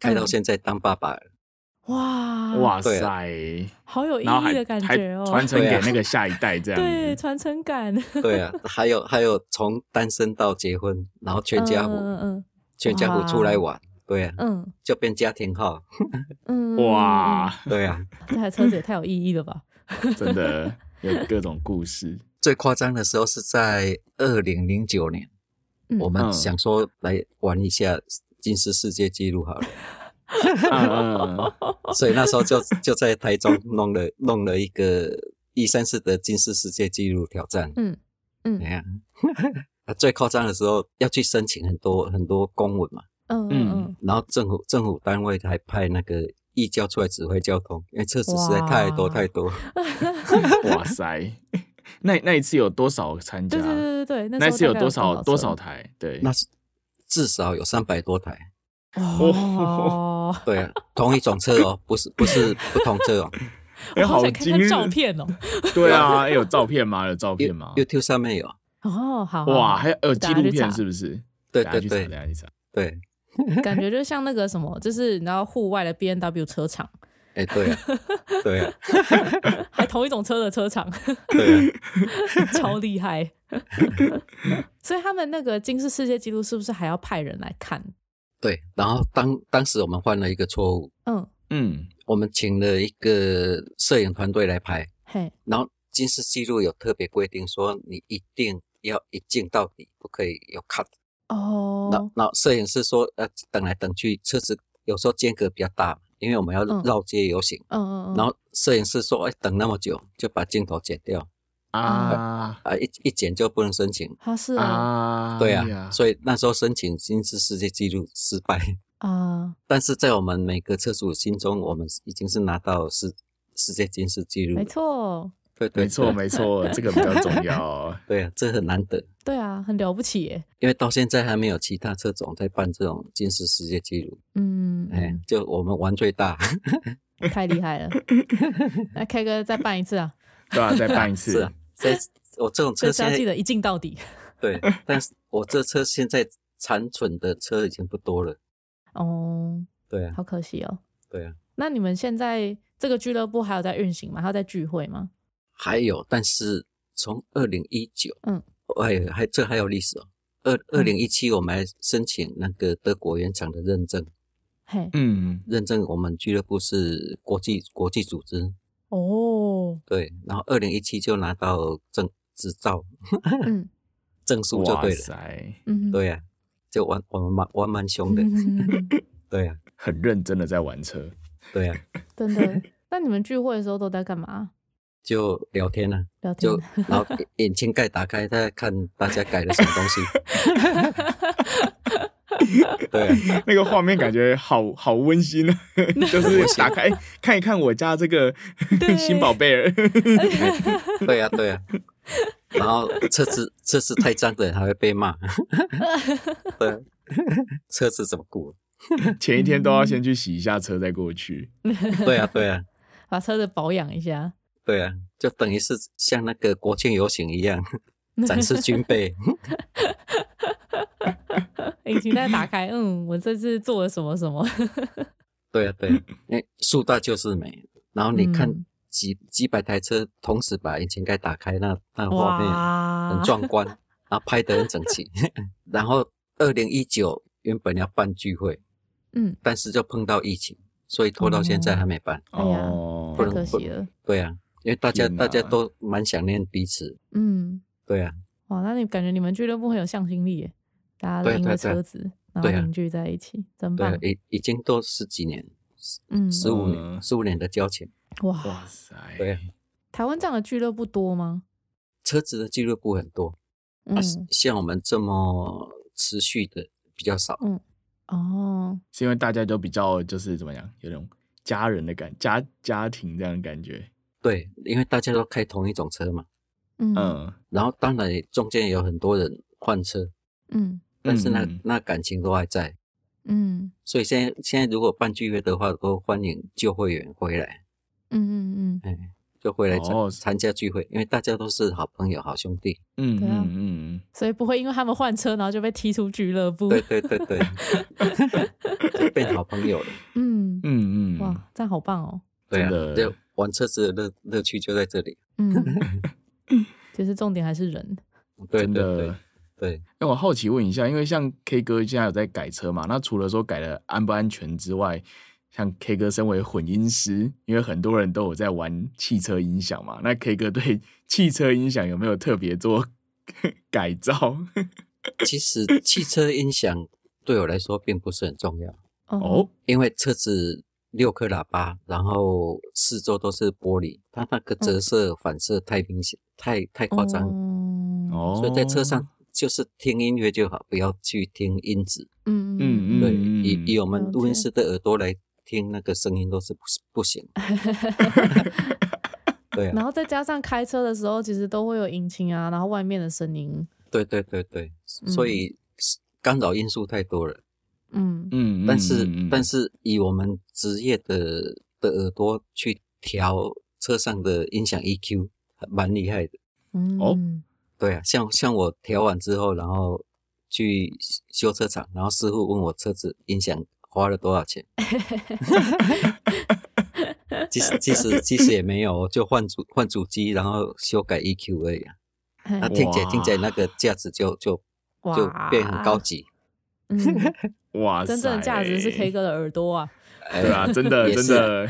[SPEAKER 1] 开到
[SPEAKER 4] 嗯
[SPEAKER 1] 现在当爸爸了。
[SPEAKER 4] 哇，
[SPEAKER 2] 哇
[SPEAKER 1] 对
[SPEAKER 2] 塞，
[SPEAKER 1] 啊
[SPEAKER 4] 好有意
[SPEAKER 2] 然后还
[SPEAKER 4] 义的感
[SPEAKER 2] 还
[SPEAKER 4] 觉哦，
[SPEAKER 2] 传承
[SPEAKER 1] 对
[SPEAKER 2] 给
[SPEAKER 1] 啊
[SPEAKER 2] 那个下一代这样子，
[SPEAKER 4] 对传承感，
[SPEAKER 1] 对啊，还有还有从单身到结婚，然后 [laughs] 全家福。
[SPEAKER 4] 嗯嗯
[SPEAKER 1] 全家福出来玩，对呀、啊，
[SPEAKER 4] 嗯
[SPEAKER 1] 就变家庭号，
[SPEAKER 4] 嗯，嗯，
[SPEAKER 2] 哇，
[SPEAKER 1] 对呀、
[SPEAKER 4] [laughs]
[SPEAKER 1] 啊。
[SPEAKER 4] 嗯嗯这台车子也太有意义了吧，
[SPEAKER 2] 真的有各种故事，
[SPEAKER 1] 最夸张的时候是在二零零九年，
[SPEAKER 4] 嗯
[SPEAKER 1] [laughs] 我们想说来玩一下金氏世界纪录好了，
[SPEAKER 2] 嗯嗯嗯
[SPEAKER 4] 哦
[SPEAKER 1] 所以那时候
[SPEAKER 4] [laughs]
[SPEAKER 1] 就就在台中弄了弄了一个一三四的金氏世界纪录挑战，
[SPEAKER 4] 嗯嗯
[SPEAKER 1] 怎样？ [laughs] 啊最夸张的时候要去申请很多很多公文嘛，
[SPEAKER 4] 嗯嗯
[SPEAKER 1] 然后政府政府单位还派那个义教出来指挥交通，因为车子实在太多
[SPEAKER 4] 哇
[SPEAKER 1] 太多。
[SPEAKER 2] 哇塞， [laughs] 那那一次有多少参加？
[SPEAKER 4] 对对对对对，
[SPEAKER 2] 啊那一
[SPEAKER 4] 那
[SPEAKER 2] 次
[SPEAKER 4] 时候
[SPEAKER 2] 有
[SPEAKER 4] 大概
[SPEAKER 2] 多少
[SPEAKER 4] 多
[SPEAKER 2] 多
[SPEAKER 4] 少
[SPEAKER 2] 少
[SPEAKER 4] 车
[SPEAKER 2] 台？对，
[SPEAKER 1] 那是至少有三百多台。
[SPEAKER 4] 哦，
[SPEAKER 1] [laughs] 对啊，同一种车哦，不是不是不同车哦。
[SPEAKER 2] [laughs] 哎、
[SPEAKER 3] 我好
[SPEAKER 2] 好
[SPEAKER 3] 想看
[SPEAKER 2] 惊
[SPEAKER 3] 看
[SPEAKER 2] 人！
[SPEAKER 3] 照片
[SPEAKER 2] [laughs]
[SPEAKER 3] 哦。
[SPEAKER 1] [laughs]
[SPEAKER 2] 对啊，哎有照片吗？有照片吗？
[SPEAKER 1] YouTube 上面有，
[SPEAKER 4] 哦，好，
[SPEAKER 2] 哇，还
[SPEAKER 4] 有
[SPEAKER 2] 有呃纪
[SPEAKER 4] 大家
[SPEAKER 2] 录
[SPEAKER 4] 去
[SPEAKER 2] 片
[SPEAKER 4] 查
[SPEAKER 2] 是不是？
[SPEAKER 1] 对
[SPEAKER 2] 等下
[SPEAKER 1] 对
[SPEAKER 2] 去查
[SPEAKER 1] 对
[SPEAKER 2] 等下去查。
[SPEAKER 1] 对，
[SPEAKER 4] 感觉就像那个什么，就是你知道户外的 B N W 车场，
[SPEAKER 1] 哎对啊，对啊，
[SPEAKER 4] [laughs] 还同一种车的车 [laughs] 场，
[SPEAKER 1] 对啊，
[SPEAKER 4] 超厉害。所以他们那个金氏世界纪录是不是还要派人来看？
[SPEAKER 1] 对。然后当当时我们犯了一个错误，
[SPEAKER 4] 嗯，
[SPEAKER 2] 嗯，
[SPEAKER 1] 我们请了一个摄影团队来拍，
[SPEAKER 4] 嘿，
[SPEAKER 1] 然后金氏纪录有特别规定说，你一定要一镜到底，不可以有 cut。那
[SPEAKER 4] 哦，
[SPEAKER 1] 那摄影师说，呃，等来等去，车子有时候间隔比较大，因为我们要
[SPEAKER 4] 嗯
[SPEAKER 1] 绕街游行。
[SPEAKER 4] 嗯嗯嗯，
[SPEAKER 1] 然后摄影师说，哎，等那么久，就把镜头剪掉
[SPEAKER 2] 啊
[SPEAKER 1] 啊，一一剪就不能申请。
[SPEAKER 4] 他是啊
[SPEAKER 1] 嗯
[SPEAKER 2] 啊，
[SPEAKER 1] 对
[SPEAKER 2] 哎
[SPEAKER 1] 啊，
[SPEAKER 2] 呀
[SPEAKER 1] 所以那时候申请金氏世界纪录失败， [laughs]
[SPEAKER 4] 啊，
[SPEAKER 1] 但是在我们每个车主心中，我们已经是拿到世世界金氏纪录了。
[SPEAKER 4] 没错，
[SPEAKER 1] 对，对
[SPEAKER 2] 没错
[SPEAKER 1] 对
[SPEAKER 2] 没错，这个比较重
[SPEAKER 1] [laughs]
[SPEAKER 2] 要。
[SPEAKER 1] 对啊，这很难得，
[SPEAKER 4] 对啊，很了不起耶，
[SPEAKER 1] 因为到现在还没有其他车种在办这种金氏世界纪录。
[SPEAKER 4] 嗯，
[SPEAKER 1] 哎、就我们玩最大，
[SPEAKER 4] 嗯太厉 [laughs] 害了。那 K 哥再办一次啊，
[SPEAKER 2] 对啊，再办一次。
[SPEAKER 1] 是
[SPEAKER 2] [laughs]
[SPEAKER 1] 啊，在我这种
[SPEAKER 4] 这
[SPEAKER 1] 车
[SPEAKER 4] 次
[SPEAKER 1] 现
[SPEAKER 4] 要
[SPEAKER 1] 在
[SPEAKER 4] 记得一镜到底。
[SPEAKER 1] 对，但是我这车现在残存的车已经不多了。
[SPEAKER 4] 哦，
[SPEAKER 1] 对啊，
[SPEAKER 4] 好可惜哦。
[SPEAKER 1] 对啊，
[SPEAKER 4] 那你们现在这个俱乐部还有在运行吗？还有在聚会吗？
[SPEAKER 1] 还有，但是从二零一九，
[SPEAKER 4] 嗯，
[SPEAKER 1] 哎，还这还有历史哦。二二零一七，我们还申请那个德国原厂的认证，
[SPEAKER 4] 嘿，
[SPEAKER 2] 嗯，
[SPEAKER 1] 认证我们俱乐部是国际国际组织。
[SPEAKER 4] 哦，
[SPEAKER 1] 对，然后二零一七就拿到证执照
[SPEAKER 4] 嗯
[SPEAKER 1] 证书就
[SPEAKER 2] 哇
[SPEAKER 1] 对了。
[SPEAKER 2] 塞，
[SPEAKER 4] 嗯，
[SPEAKER 1] 对呀、啊，就玩我们蛮玩蛮凶的。
[SPEAKER 4] [laughs] 嗯，
[SPEAKER 1] 对呀、
[SPEAKER 2] 很认真的在玩车。
[SPEAKER 1] 啊，
[SPEAKER 2] [laughs]
[SPEAKER 1] 对呀、啊，
[SPEAKER 4] 真的。
[SPEAKER 1] [laughs]
[SPEAKER 4] 那你们聚会的时候都在干嘛？啊
[SPEAKER 1] 就聊天啊，
[SPEAKER 4] 聊天
[SPEAKER 1] 就然后眼睛盖打开，再看大家改了什么东西。对、啊，
[SPEAKER 2] 那个画面感觉好好温馨
[SPEAKER 1] [laughs]
[SPEAKER 2] 啊，就是打开哎看一看我家这个
[SPEAKER 4] 对
[SPEAKER 2] [laughs] 新宝
[SPEAKER 1] [laughs]
[SPEAKER 2] 贝儿，
[SPEAKER 1] 对呀、啊，对呀、啊。然后车子车子太脏的人还会被
[SPEAKER 4] [laughs]
[SPEAKER 1] 骂。对啊、车子怎么顾？
[SPEAKER 2] 前一天都要先
[SPEAKER 1] 嗯
[SPEAKER 2] 去洗一下车再过去。
[SPEAKER 1] 对啊，对啊，
[SPEAKER 4] 把车子保养一下。
[SPEAKER 1] 对啊，就等于是像那个国庆游行一
[SPEAKER 4] [laughs]
[SPEAKER 1] 样，展示军备。
[SPEAKER 4] 引擎再
[SPEAKER 1] [laughs]
[SPEAKER 4] 打开，嗯，我这次做了什么什么？
[SPEAKER 1] 对啊，对啊，因为树大就是美。然后你看
[SPEAKER 4] 嗯
[SPEAKER 1] 几、几百台车同时把引擎盖打开，那那画面。
[SPEAKER 4] 哇
[SPEAKER 1] 很，壮观，然后拍得很整齐。 [laughs] 然后二零一九原本要办聚会，
[SPEAKER 4] 嗯，
[SPEAKER 1] 但是就碰到疫情，所以拖到现在还没办。
[SPEAKER 4] 哎呀
[SPEAKER 2] 哦
[SPEAKER 4] 太可惜了。
[SPEAKER 1] 对啊，因为大家
[SPEAKER 2] 天哪
[SPEAKER 1] 大家都蛮想念彼此。
[SPEAKER 4] 嗯，
[SPEAKER 1] 对啊，
[SPEAKER 4] 哇，那你感觉你们俱乐部很有向心力耶，大家都
[SPEAKER 1] 对
[SPEAKER 4] 因
[SPEAKER 1] 对
[SPEAKER 4] 为
[SPEAKER 1] 对
[SPEAKER 4] 车子，然后
[SPEAKER 1] 对啊
[SPEAKER 4] 凝聚在一起，真
[SPEAKER 1] 对
[SPEAKER 4] 棒
[SPEAKER 1] 啊，。已已经都十几年，
[SPEAKER 4] 嗯，
[SPEAKER 1] 十五
[SPEAKER 2] 嗯
[SPEAKER 1] 年，十五年的交情。
[SPEAKER 4] 哇，
[SPEAKER 2] 哇塞，
[SPEAKER 1] 对啊，
[SPEAKER 4] 台湾这样的俱乐部多吗？
[SPEAKER 1] 车子的俱乐部很多，
[SPEAKER 4] 嗯
[SPEAKER 1] 啊，像我们这么持续的比较少。啊
[SPEAKER 4] 哦，
[SPEAKER 2] 是因为大家都比较就是怎么样，有种家人的感家家庭这样的感觉。
[SPEAKER 1] 对，因为大家都开同一种车嘛，
[SPEAKER 4] 嗯
[SPEAKER 2] 嗯，
[SPEAKER 1] 然后当然中间也有很多人换车，
[SPEAKER 4] 嗯
[SPEAKER 1] 但是那、
[SPEAKER 2] 嗯
[SPEAKER 1] 那感情都还在。
[SPEAKER 4] 嗯
[SPEAKER 1] 所以现在现在如果办聚会的话，都欢迎旧会员回来，
[SPEAKER 4] 嗯嗯
[SPEAKER 1] 哎，就回来参、
[SPEAKER 2] 哦
[SPEAKER 1] 参加聚会，因为大家都是好朋友、好兄
[SPEAKER 2] [laughs]
[SPEAKER 1] 弟。
[SPEAKER 2] 嗯
[SPEAKER 4] 对啊
[SPEAKER 2] 嗯嗯，
[SPEAKER 4] 所以不会因为他们换车，然后就被踢出俱乐部。
[SPEAKER 1] 对对对对，就变好朋友了。
[SPEAKER 4] 嗯，
[SPEAKER 2] 嗯嗯，
[SPEAKER 4] 哇，这样好棒哦。
[SPEAKER 1] 对啊
[SPEAKER 2] 真的，
[SPEAKER 1] 就玩车子的乐乐趣就在这里。
[SPEAKER 4] [laughs] 嗯，其实重点还是人。
[SPEAKER 1] 对
[SPEAKER 2] 真
[SPEAKER 1] 对
[SPEAKER 2] 的。
[SPEAKER 1] 对对，
[SPEAKER 2] 那我好奇问一下，因为像 K 哥现在有在改车嘛？那除了说改的安不安全之外，像 K 哥身为混音师，因为很多人都有在玩汽车音响嘛，那 K 哥对 [laughs] 汽车音响有没有特别做 [laughs] 改造？
[SPEAKER 1] 其实汽车音响对我来说并不是很重要，
[SPEAKER 2] 哦，
[SPEAKER 1] 因为车子六颗喇叭，然后四周都是玻璃，它那个折射反射太明显，太太夸张了。
[SPEAKER 4] 哦，
[SPEAKER 2] 哦，
[SPEAKER 1] 所以在车上就是听音乐就好，不要去听音质。
[SPEAKER 4] 嗯
[SPEAKER 2] 嗯
[SPEAKER 1] 对，
[SPEAKER 2] 嗯
[SPEAKER 1] 以以我们
[SPEAKER 4] 了
[SPEAKER 1] 录音
[SPEAKER 4] 解
[SPEAKER 2] [laughs]
[SPEAKER 1] 师的耳朵来听那个声音都是不不行。对
[SPEAKER 4] 然
[SPEAKER 1] 啊，
[SPEAKER 4] 后再加上开车的时候，其实都会有引擎啊，然后外面的声音，
[SPEAKER 1] 对对对对，
[SPEAKER 2] 嗯
[SPEAKER 1] 所以干扰因素太多了。
[SPEAKER 4] 嗯
[SPEAKER 2] 嗯，
[SPEAKER 1] 但是
[SPEAKER 2] 嗯嗯嗯
[SPEAKER 1] 但是以我们职业的的耳朵去调车上的音响 EQ，蛮厉害的。
[SPEAKER 4] 嗯
[SPEAKER 2] 哦
[SPEAKER 1] 对啊，像像我调完之后，然后去修车厂，然后师傅问我车子音响花了多少
[SPEAKER 2] [laughs]
[SPEAKER 1] 钱，其实其实其实也没有，就换主换主机，然后修改 EQ 而已、啊。
[SPEAKER 4] 嘿
[SPEAKER 1] 那听起来
[SPEAKER 2] 哇
[SPEAKER 1] 听起来那个价值就就就
[SPEAKER 4] 哇
[SPEAKER 1] 变很高级，
[SPEAKER 4] 嗯，
[SPEAKER 2] 哇塞，
[SPEAKER 4] 真正的价值是 K 哥的耳朵啊，
[SPEAKER 2] 对
[SPEAKER 4] [laughs]
[SPEAKER 2] 啊，真的
[SPEAKER 1] 哎也
[SPEAKER 2] 真
[SPEAKER 1] 是
[SPEAKER 2] 的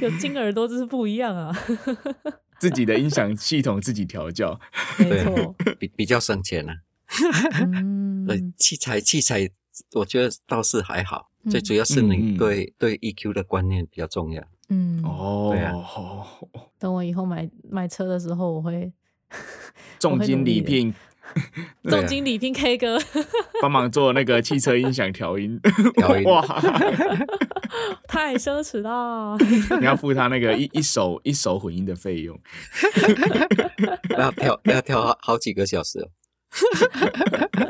[SPEAKER 4] 有金耳朵就是不一样啊，
[SPEAKER 2] 自己的音响系统自己调教，
[SPEAKER 4] 没错，
[SPEAKER 1] 比比较省钱啊。
[SPEAKER 4] 嗯
[SPEAKER 1] 对，器材器材我觉得倒是还好，
[SPEAKER 4] 嗯
[SPEAKER 1] 最主要是
[SPEAKER 2] 嗯
[SPEAKER 1] 你
[SPEAKER 2] 嗯
[SPEAKER 1] 对、对 EQ 的观念比较重
[SPEAKER 2] [laughs]
[SPEAKER 1] 要。
[SPEAKER 4] 嗯，
[SPEAKER 2] 哦
[SPEAKER 1] 对啊，
[SPEAKER 4] 等我以后买买车的时候，我会
[SPEAKER 2] 重金礼聘
[SPEAKER 1] 对啊
[SPEAKER 4] 重金礼聘 K 哥， [laughs]
[SPEAKER 2] 帮忙做那个汽车音响调音，
[SPEAKER 1] 调音
[SPEAKER 2] 哇，
[SPEAKER 4] 太奢侈啦，
[SPEAKER 2] 你要付他那个一一手一手混音的费用，
[SPEAKER 1] 要跳要跳好好几个小时哦。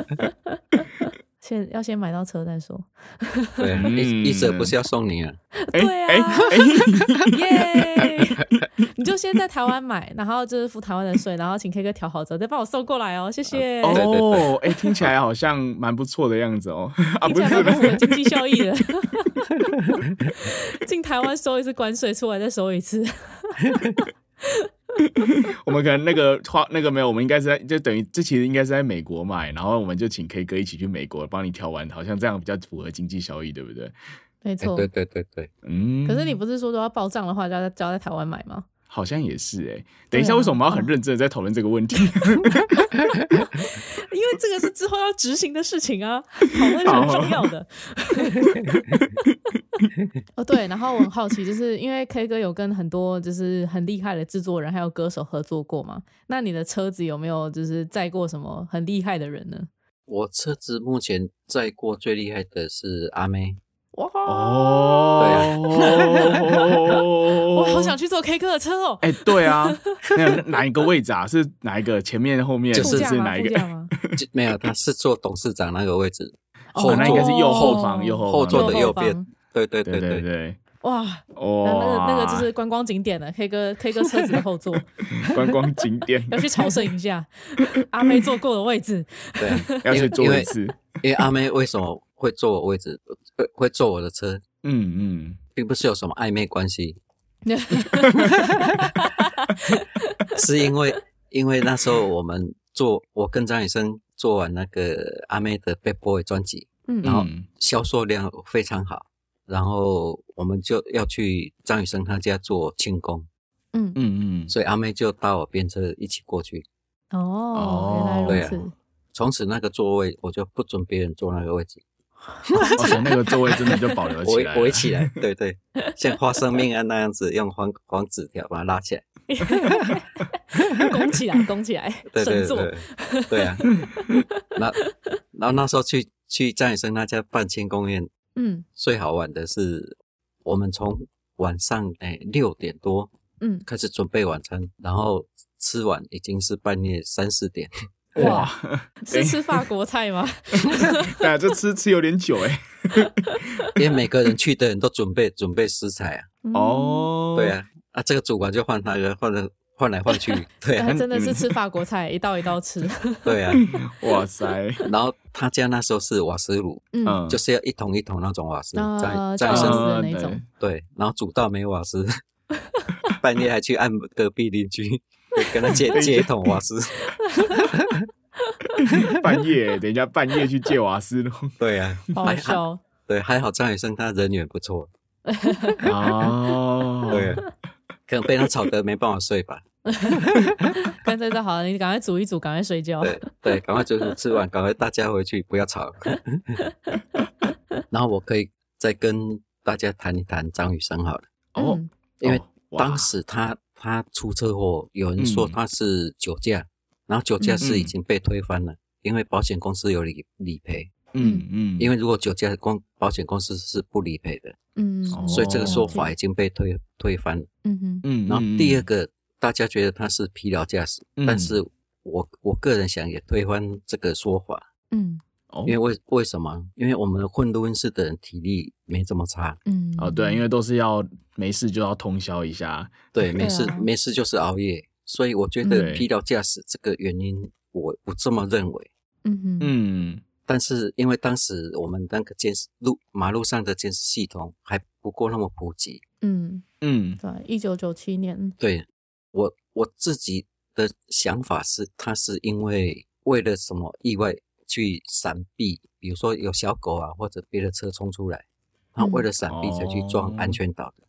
[SPEAKER 4] [laughs] 先要先买到车再说， [laughs]
[SPEAKER 1] 对啊，
[SPEAKER 2] 嗯
[SPEAKER 1] 一一折不是要送你啊？
[SPEAKER 2] 哎
[SPEAKER 4] 对啊
[SPEAKER 2] 哎哎，
[SPEAKER 4] 耶！ [laughs] 你就先在台湾买，然后就是付台湾的税，然后请 K 哥调好之后再帮我送过来哦，谢谢。
[SPEAKER 1] 对对
[SPEAKER 2] 哦，哎，听起来好像蛮不错的样子哦，啊，
[SPEAKER 4] 听
[SPEAKER 2] 不
[SPEAKER 4] 起
[SPEAKER 2] 是
[SPEAKER 4] 来蛮符合
[SPEAKER 2] 不
[SPEAKER 4] 经济效益
[SPEAKER 2] [laughs]
[SPEAKER 4] 的。进台湾收一次关税，出来再收一次。
[SPEAKER 2] 是，我们可能那个花那个没有，我们应该是在就等于这其实应该是在美国买，然后我们就请 K 哥一起去美国帮你调完，好像这样比较符合经济效益，对不对？
[SPEAKER 4] 没
[SPEAKER 1] 哎
[SPEAKER 4] 错，
[SPEAKER 1] 对对对对，
[SPEAKER 2] 嗯，
[SPEAKER 4] 可是你不是说都要报账的话，就要在就要在台湾买吗？
[SPEAKER 2] 好像也是哎、等一下，
[SPEAKER 4] 对啊
[SPEAKER 2] 为什么我们要很认真的在讨论这
[SPEAKER 4] [laughs]
[SPEAKER 2] 个问题？
[SPEAKER 4] 因为这个是之后要执行的事情啊，讨论是很重要的。哦，对，然后我很好奇，就是因为 K 哥有跟很多就是很厉害的制作人还有歌手合作过嘛，那你的车子有没有就是载过什么很厉害的人呢？
[SPEAKER 1] 我车子目前载过最厉害的是阿
[SPEAKER 2] [laughs]
[SPEAKER 1] 妹，
[SPEAKER 4] 哇，
[SPEAKER 2] 哦，
[SPEAKER 4] 啊 [laughs] 我好想去坐 K 哥的车哦，
[SPEAKER 2] 哎、对啊，那哪一个位置啊？是哪一个？前面、后面，
[SPEAKER 1] 就是
[SPEAKER 4] 副
[SPEAKER 2] 哎是
[SPEAKER 4] 驾
[SPEAKER 2] 是
[SPEAKER 4] 吗？
[SPEAKER 2] 哪一
[SPEAKER 4] 啊副
[SPEAKER 2] 个
[SPEAKER 4] 驾？吗？
[SPEAKER 1] 就没有，她是坐董事长那个位置，
[SPEAKER 4] 哦
[SPEAKER 1] 后
[SPEAKER 2] 那应该是
[SPEAKER 1] 座。
[SPEAKER 2] 右后方，右后
[SPEAKER 1] 后
[SPEAKER 2] 方
[SPEAKER 1] 座的
[SPEAKER 4] 右
[SPEAKER 1] 右
[SPEAKER 4] 后
[SPEAKER 1] 边
[SPEAKER 4] 方，
[SPEAKER 1] 对对
[SPEAKER 2] [laughs] 对
[SPEAKER 1] 对
[SPEAKER 2] 对
[SPEAKER 1] 对，
[SPEAKER 2] 对， [laughs]
[SPEAKER 4] 哇，
[SPEAKER 2] 哦，
[SPEAKER 4] 那那个那个就是观光景点了，K 哥 K 哥车子的后座
[SPEAKER 2] 观光景
[SPEAKER 4] [laughs]
[SPEAKER 2] 点，
[SPEAKER 4] 要去朝圣一下， [laughs] 阿妹坐过的位置， [laughs]
[SPEAKER 1] 对啊
[SPEAKER 2] 要去坐
[SPEAKER 1] 因
[SPEAKER 2] 一
[SPEAKER 1] 为
[SPEAKER 2] 次。
[SPEAKER 1] 因为阿妹为什么会坐我位置，会会坐我的车，
[SPEAKER 2] 嗯嗯，
[SPEAKER 1] 并不是有什么暧昧关系，是因为因为那时候我们做，我跟张雨生做完那个阿妹的《Bad Boy》专辑，
[SPEAKER 4] 嗯
[SPEAKER 1] 然后
[SPEAKER 2] 嗯
[SPEAKER 1] 销售量非常好，然后我们就要去张雨生他家做庆功，
[SPEAKER 4] 嗯，
[SPEAKER 2] 嗯嗯，
[SPEAKER 1] 所以阿妹就搭我便车一起过去。
[SPEAKER 4] 哦，
[SPEAKER 1] 对
[SPEAKER 4] 原来
[SPEAKER 1] 啊
[SPEAKER 4] 如
[SPEAKER 2] [laughs]
[SPEAKER 4] 此。 [laughs]
[SPEAKER 1] 从此那个座位我就不准别人坐那个位置，
[SPEAKER 2] 而且哦那个座位真的就保留
[SPEAKER 1] 我
[SPEAKER 2] 起
[SPEAKER 1] 一
[SPEAKER 2] 来了，
[SPEAKER 1] 我一起来，对
[SPEAKER 2] [laughs]
[SPEAKER 1] 对，像花生命啊案那样子，用黄黄纸条把它拉起来，
[SPEAKER 4] 拱起来，拱起来，
[SPEAKER 1] 对对
[SPEAKER 4] 神作。
[SPEAKER 1] 对，对啊。那然后那时候去去张雨生那家办庆功宴，
[SPEAKER 4] 嗯
[SPEAKER 1] 最好玩的是，我们从晚上哎六点多
[SPEAKER 4] 嗯，
[SPEAKER 1] 开始准备晚餐，然后吃完已经是半夜三四点。
[SPEAKER 2] 哇， [laughs]
[SPEAKER 4] 是吃法国菜吗？
[SPEAKER 2] 对啊，这吃吃有点久哎。
[SPEAKER 1] 因为每个人去的人都准备准备食材啊，
[SPEAKER 4] 嗯，
[SPEAKER 2] [laughs] 哦，
[SPEAKER 1] [laughs] 对啊，啊这个主管就换那个换了换来换
[SPEAKER 2] [laughs]
[SPEAKER 1] 去，对啊
[SPEAKER 4] 他真的是吃法
[SPEAKER 1] [laughs]
[SPEAKER 4] 国菜，一道一道吃。
[SPEAKER 1] 对
[SPEAKER 2] [laughs]
[SPEAKER 1] 啊，
[SPEAKER 2] 哦哇塞，
[SPEAKER 1] 然后他家那时候是瓦斯炉，
[SPEAKER 4] 嗯，
[SPEAKER 2] 嗯，
[SPEAKER 1] 就是呃要一桶一桶那种瓦斯，
[SPEAKER 2] 哦
[SPEAKER 4] 啊
[SPEAKER 1] 在
[SPEAKER 4] 大
[SPEAKER 1] 在身
[SPEAKER 4] 生死
[SPEAKER 1] 上
[SPEAKER 4] 的那种
[SPEAKER 2] 嗯
[SPEAKER 1] 对，然后煮到没瓦
[SPEAKER 2] [laughs]
[SPEAKER 1] 斯，半夜还去按隔壁邻居，跟他借借一桶瓦斯，
[SPEAKER 2] 对 [laughs] 半夜，等一下半夜去借瓦
[SPEAKER 1] [laughs]
[SPEAKER 2] 斯炉
[SPEAKER 1] 对啊，
[SPEAKER 4] 好好笑。
[SPEAKER 1] 对，还好张雨生他人缘不错，
[SPEAKER 2] 哦，
[SPEAKER 1] 对啊，可能被他吵得没办法睡吧，
[SPEAKER 4] 干脆就好了，你赶快煮一煮，赶快睡觉。
[SPEAKER 2] [laughs]
[SPEAKER 1] 对对，赶快就是吃完，赶快大家回去，不要吵。 [laughs] 然后我可以再跟大家谈一谈张雨生好了，
[SPEAKER 2] 哦
[SPEAKER 4] 嗯，
[SPEAKER 1] 因为
[SPEAKER 2] 哦哇嗯
[SPEAKER 1] 当时他他出车祸，有人说他是酒驾，然后酒驾是已经被推翻了，因为保险公司有理理赔，
[SPEAKER 2] 嗯嗯，
[SPEAKER 1] 因
[SPEAKER 2] 为
[SPEAKER 1] 为如果酒驾，公保险公司是不理赔的，
[SPEAKER 4] 嗯，
[SPEAKER 2] 哦
[SPEAKER 1] 所以这个说
[SPEAKER 4] 了
[SPEAKER 1] 法
[SPEAKER 4] 解
[SPEAKER 1] 已经被推推翻了。
[SPEAKER 4] 嗯哼，
[SPEAKER 2] 嗯，
[SPEAKER 1] 然后第二
[SPEAKER 2] 个，
[SPEAKER 1] 个，大家觉得他是疲劳驾驶，
[SPEAKER 2] 嗯
[SPEAKER 1] 但是我我个人想也推翻这个说法，
[SPEAKER 4] 嗯
[SPEAKER 2] 哦
[SPEAKER 1] 因为为为什么？因为我们混录音室的人体力没这么差，
[SPEAKER 4] 嗯，
[SPEAKER 2] 哦对，因为都是要没事就要通宵一下，
[SPEAKER 1] 对，
[SPEAKER 4] 对啊
[SPEAKER 1] 没事、没事就是熬夜，所以我觉得
[SPEAKER 2] 嗯
[SPEAKER 1] 疲劳驾驶这个原因，我不这么认为。
[SPEAKER 4] 嗯哼，
[SPEAKER 2] 嗯
[SPEAKER 1] 但是因为当时我们那个监视路马路上的监视系统还不够那么普及，
[SPEAKER 4] 嗯，
[SPEAKER 2] 嗯
[SPEAKER 4] 对，一九九七年，
[SPEAKER 1] 对我我自己的想法是，他是因为为了什么意外去闪避，比如说有小狗啊或者别的车冲出来，他为了闪避才去撞
[SPEAKER 2] 哦
[SPEAKER 1] 安全岛的。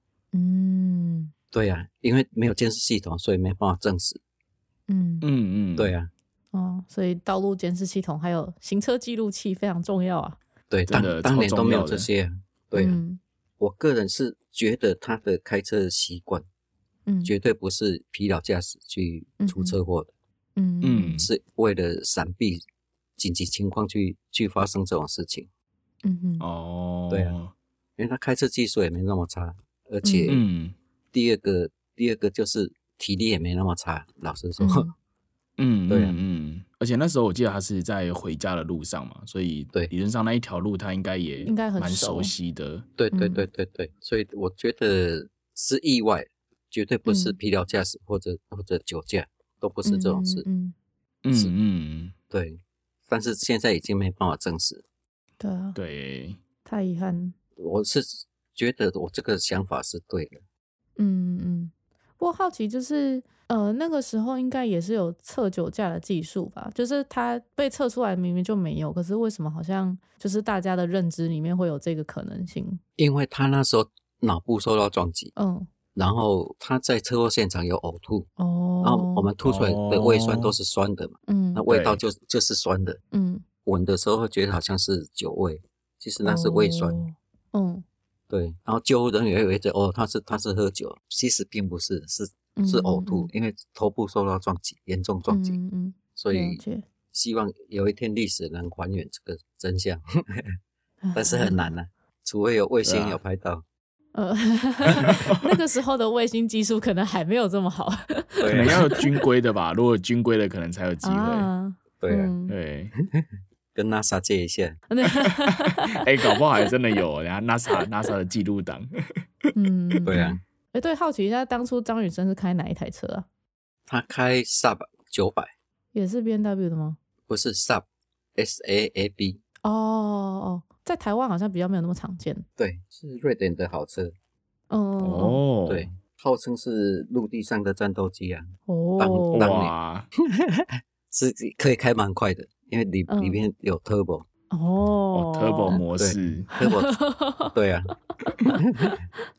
[SPEAKER 4] 嗯
[SPEAKER 1] 对啊，因为没有监视系统，所以没办法证实。
[SPEAKER 4] 嗯
[SPEAKER 2] 嗯嗯，
[SPEAKER 1] 对
[SPEAKER 2] 啊，
[SPEAKER 1] 啊，
[SPEAKER 4] 哦，所以道路监视系统还有行车记录器非常重要啊。
[SPEAKER 1] 对，
[SPEAKER 2] 真的
[SPEAKER 1] 当当
[SPEAKER 2] 超
[SPEAKER 1] 年都
[SPEAKER 2] 重
[SPEAKER 1] 没
[SPEAKER 2] 要
[SPEAKER 1] 有这
[SPEAKER 2] 的
[SPEAKER 1] 些啊、对啊，
[SPEAKER 4] 嗯
[SPEAKER 1] 我个人是觉得他的开车的习惯
[SPEAKER 4] 嗯
[SPEAKER 1] 绝对不是疲劳驾驶去出车祸的。
[SPEAKER 4] 嗯
[SPEAKER 2] 嗯
[SPEAKER 1] 是为了闪避紧急情况去去发生这种事情，
[SPEAKER 4] 嗯哼
[SPEAKER 2] 哦，
[SPEAKER 1] 对啊，因为他开车技术也没那么差，而且
[SPEAKER 2] 嗯
[SPEAKER 1] 第二个、第二个就是体力也没那么差。老实说，
[SPEAKER 4] 嗯
[SPEAKER 2] 嗯，
[SPEAKER 1] 对啊
[SPEAKER 2] 嗯嗯，而且那时候我记得他是在回家的路上嘛，所以
[SPEAKER 1] 对
[SPEAKER 2] 理论上那一条路他应该也
[SPEAKER 4] 应该很
[SPEAKER 2] 蛮熟
[SPEAKER 4] 熟
[SPEAKER 2] 悉的，
[SPEAKER 1] 对对
[SPEAKER 4] 嗯
[SPEAKER 1] 对对对，所以我觉得是意外，绝对不是疲劳驾驶或者、或者酒驾，都不是这种事。
[SPEAKER 4] 嗯嗯，嗯
[SPEAKER 2] 嗯
[SPEAKER 1] 是
[SPEAKER 2] 嗯，
[SPEAKER 1] 对，但是现在已经没办法证实。
[SPEAKER 4] 对嗯啊，
[SPEAKER 2] 对，
[SPEAKER 4] 太遗憾。
[SPEAKER 1] 我是觉得我这个想法是对的。
[SPEAKER 4] 嗯嗯，不过好奇就是，呃，那个时候应该也是有测酒驾的技术吧？就是它被测出来明明就没有，可是为什么好像就是大家的认知里面会有这个可能性？
[SPEAKER 1] 因为他那时候脑部受到撞击，
[SPEAKER 4] 嗯，
[SPEAKER 1] 然后他在车祸现场有呕吐，
[SPEAKER 4] 哦，
[SPEAKER 1] 然后我们吐出来的胃酸都是酸的嘛，
[SPEAKER 4] 嗯
[SPEAKER 1] 那味道就就是酸的，
[SPEAKER 4] 嗯，
[SPEAKER 1] 闻的时候会觉得好像是酒味，其实那是胃酸。
[SPEAKER 4] 哦，嗯
[SPEAKER 1] 对，然后救护人员也会觉得哦，他是他是喝酒，其实并不是，是
[SPEAKER 4] 嗯
[SPEAKER 1] 是呕吐
[SPEAKER 4] 嗯，
[SPEAKER 1] 因为头部受到撞击，严重撞击，
[SPEAKER 4] 嗯嗯，
[SPEAKER 1] 所
[SPEAKER 4] 了
[SPEAKER 1] 以
[SPEAKER 4] 解，
[SPEAKER 1] 希望有一天历史能还原这个真
[SPEAKER 4] [laughs]
[SPEAKER 1] 相，但是很难啊，除非有卫
[SPEAKER 2] 对
[SPEAKER 1] 星
[SPEAKER 2] 啊
[SPEAKER 1] 有拍
[SPEAKER 4] [laughs]
[SPEAKER 1] 到，
[SPEAKER 4] 呃，那个时候的卫星技术可能还没有这么好。
[SPEAKER 2] 可
[SPEAKER 1] 对
[SPEAKER 2] 能
[SPEAKER 1] 啊，
[SPEAKER 2] 要有军规的吧，如果有军规的可能才有机会，
[SPEAKER 4] [laughs] 啊，
[SPEAKER 1] 对啊，
[SPEAKER 4] 嗯
[SPEAKER 2] 对，
[SPEAKER 1] 跟 NASA 借一下，
[SPEAKER 2] 哎，搞不好还真的有， [laughs] 人家 NASA NASA 的记录档，
[SPEAKER 4] 嗯，
[SPEAKER 1] 对啊，
[SPEAKER 4] 哎，对，好奇一下，当初张雨生是开哪一台车啊？
[SPEAKER 1] 他开 Sub 九百，
[SPEAKER 4] 也是 B N W 的吗？
[SPEAKER 1] 不是 Sub S A A B。
[SPEAKER 4] 哦哦，哦在台湾好像比较没有那么常见。
[SPEAKER 1] 对，是瑞典的好车，
[SPEAKER 4] 嗯，哦
[SPEAKER 2] 哦，
[SPEAKER 1] 对，，号称是陆地上的战斗机啊，
[SPEAKER 4] 哦，
[SPEAKER 1] 当
[SPEAKER 2] 哇，
[SPEAKER 1] 是可以开蛮快的，因为里、
[SPEAKER 4] 嗯
[SPEAKER 1] 里面有 turbo，turbo，、
[SPEAKER 2] 哦
[SPEAKER 4] 哦
[SPEAKER 2] ，Turbo [laughs] 模
[SPEAKER 1] 对
[SPEAKER 2] 式，
[SPEAKER 4] [laughs]
[SPEAKER 1] turbo 对啊，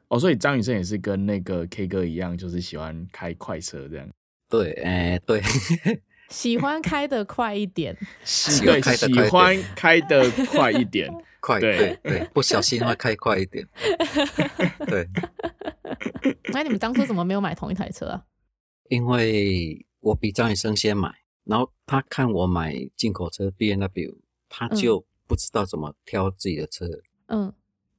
[SPEAKER 2] 哦，所以张雨生也是跟那个 K 哥一样，就是喜欢开快车这样，
[SPEAKER 1] 对，哎、对， [laughs]
[SPEAKER 4] 喜欢开的快一点。
[SPEAKER 1] 喜
[SPEAKER 2] 对，
[SPEAKER 1] 欢开得
[SPEAKER 2] 喜
[SPEAKER 1] 快
[SPEAKER 2] 欢
[SPEAKER 1] 一点，
[SPEAKER 2] 开的快一点， [laughs]
[SPEAKER 1] 快，
[SPEAKER 2] 对
[SPEAKER 1] 对对，不小心会开快一
[SPEAKER 4] [laughs]
[SPEAKER 1] 点，对，
[SPEAKER 4] 那你们当初怎么没有买同一台车啊？
[SPEAKER 1] 因为我比张雨生先买，然后他看我买进口车 B N W，他
[SPEAKER 4] 嗯
[SPEAKER 1] 就不知道怎么挑自己的车，
[SPEAKER 4] 嗯，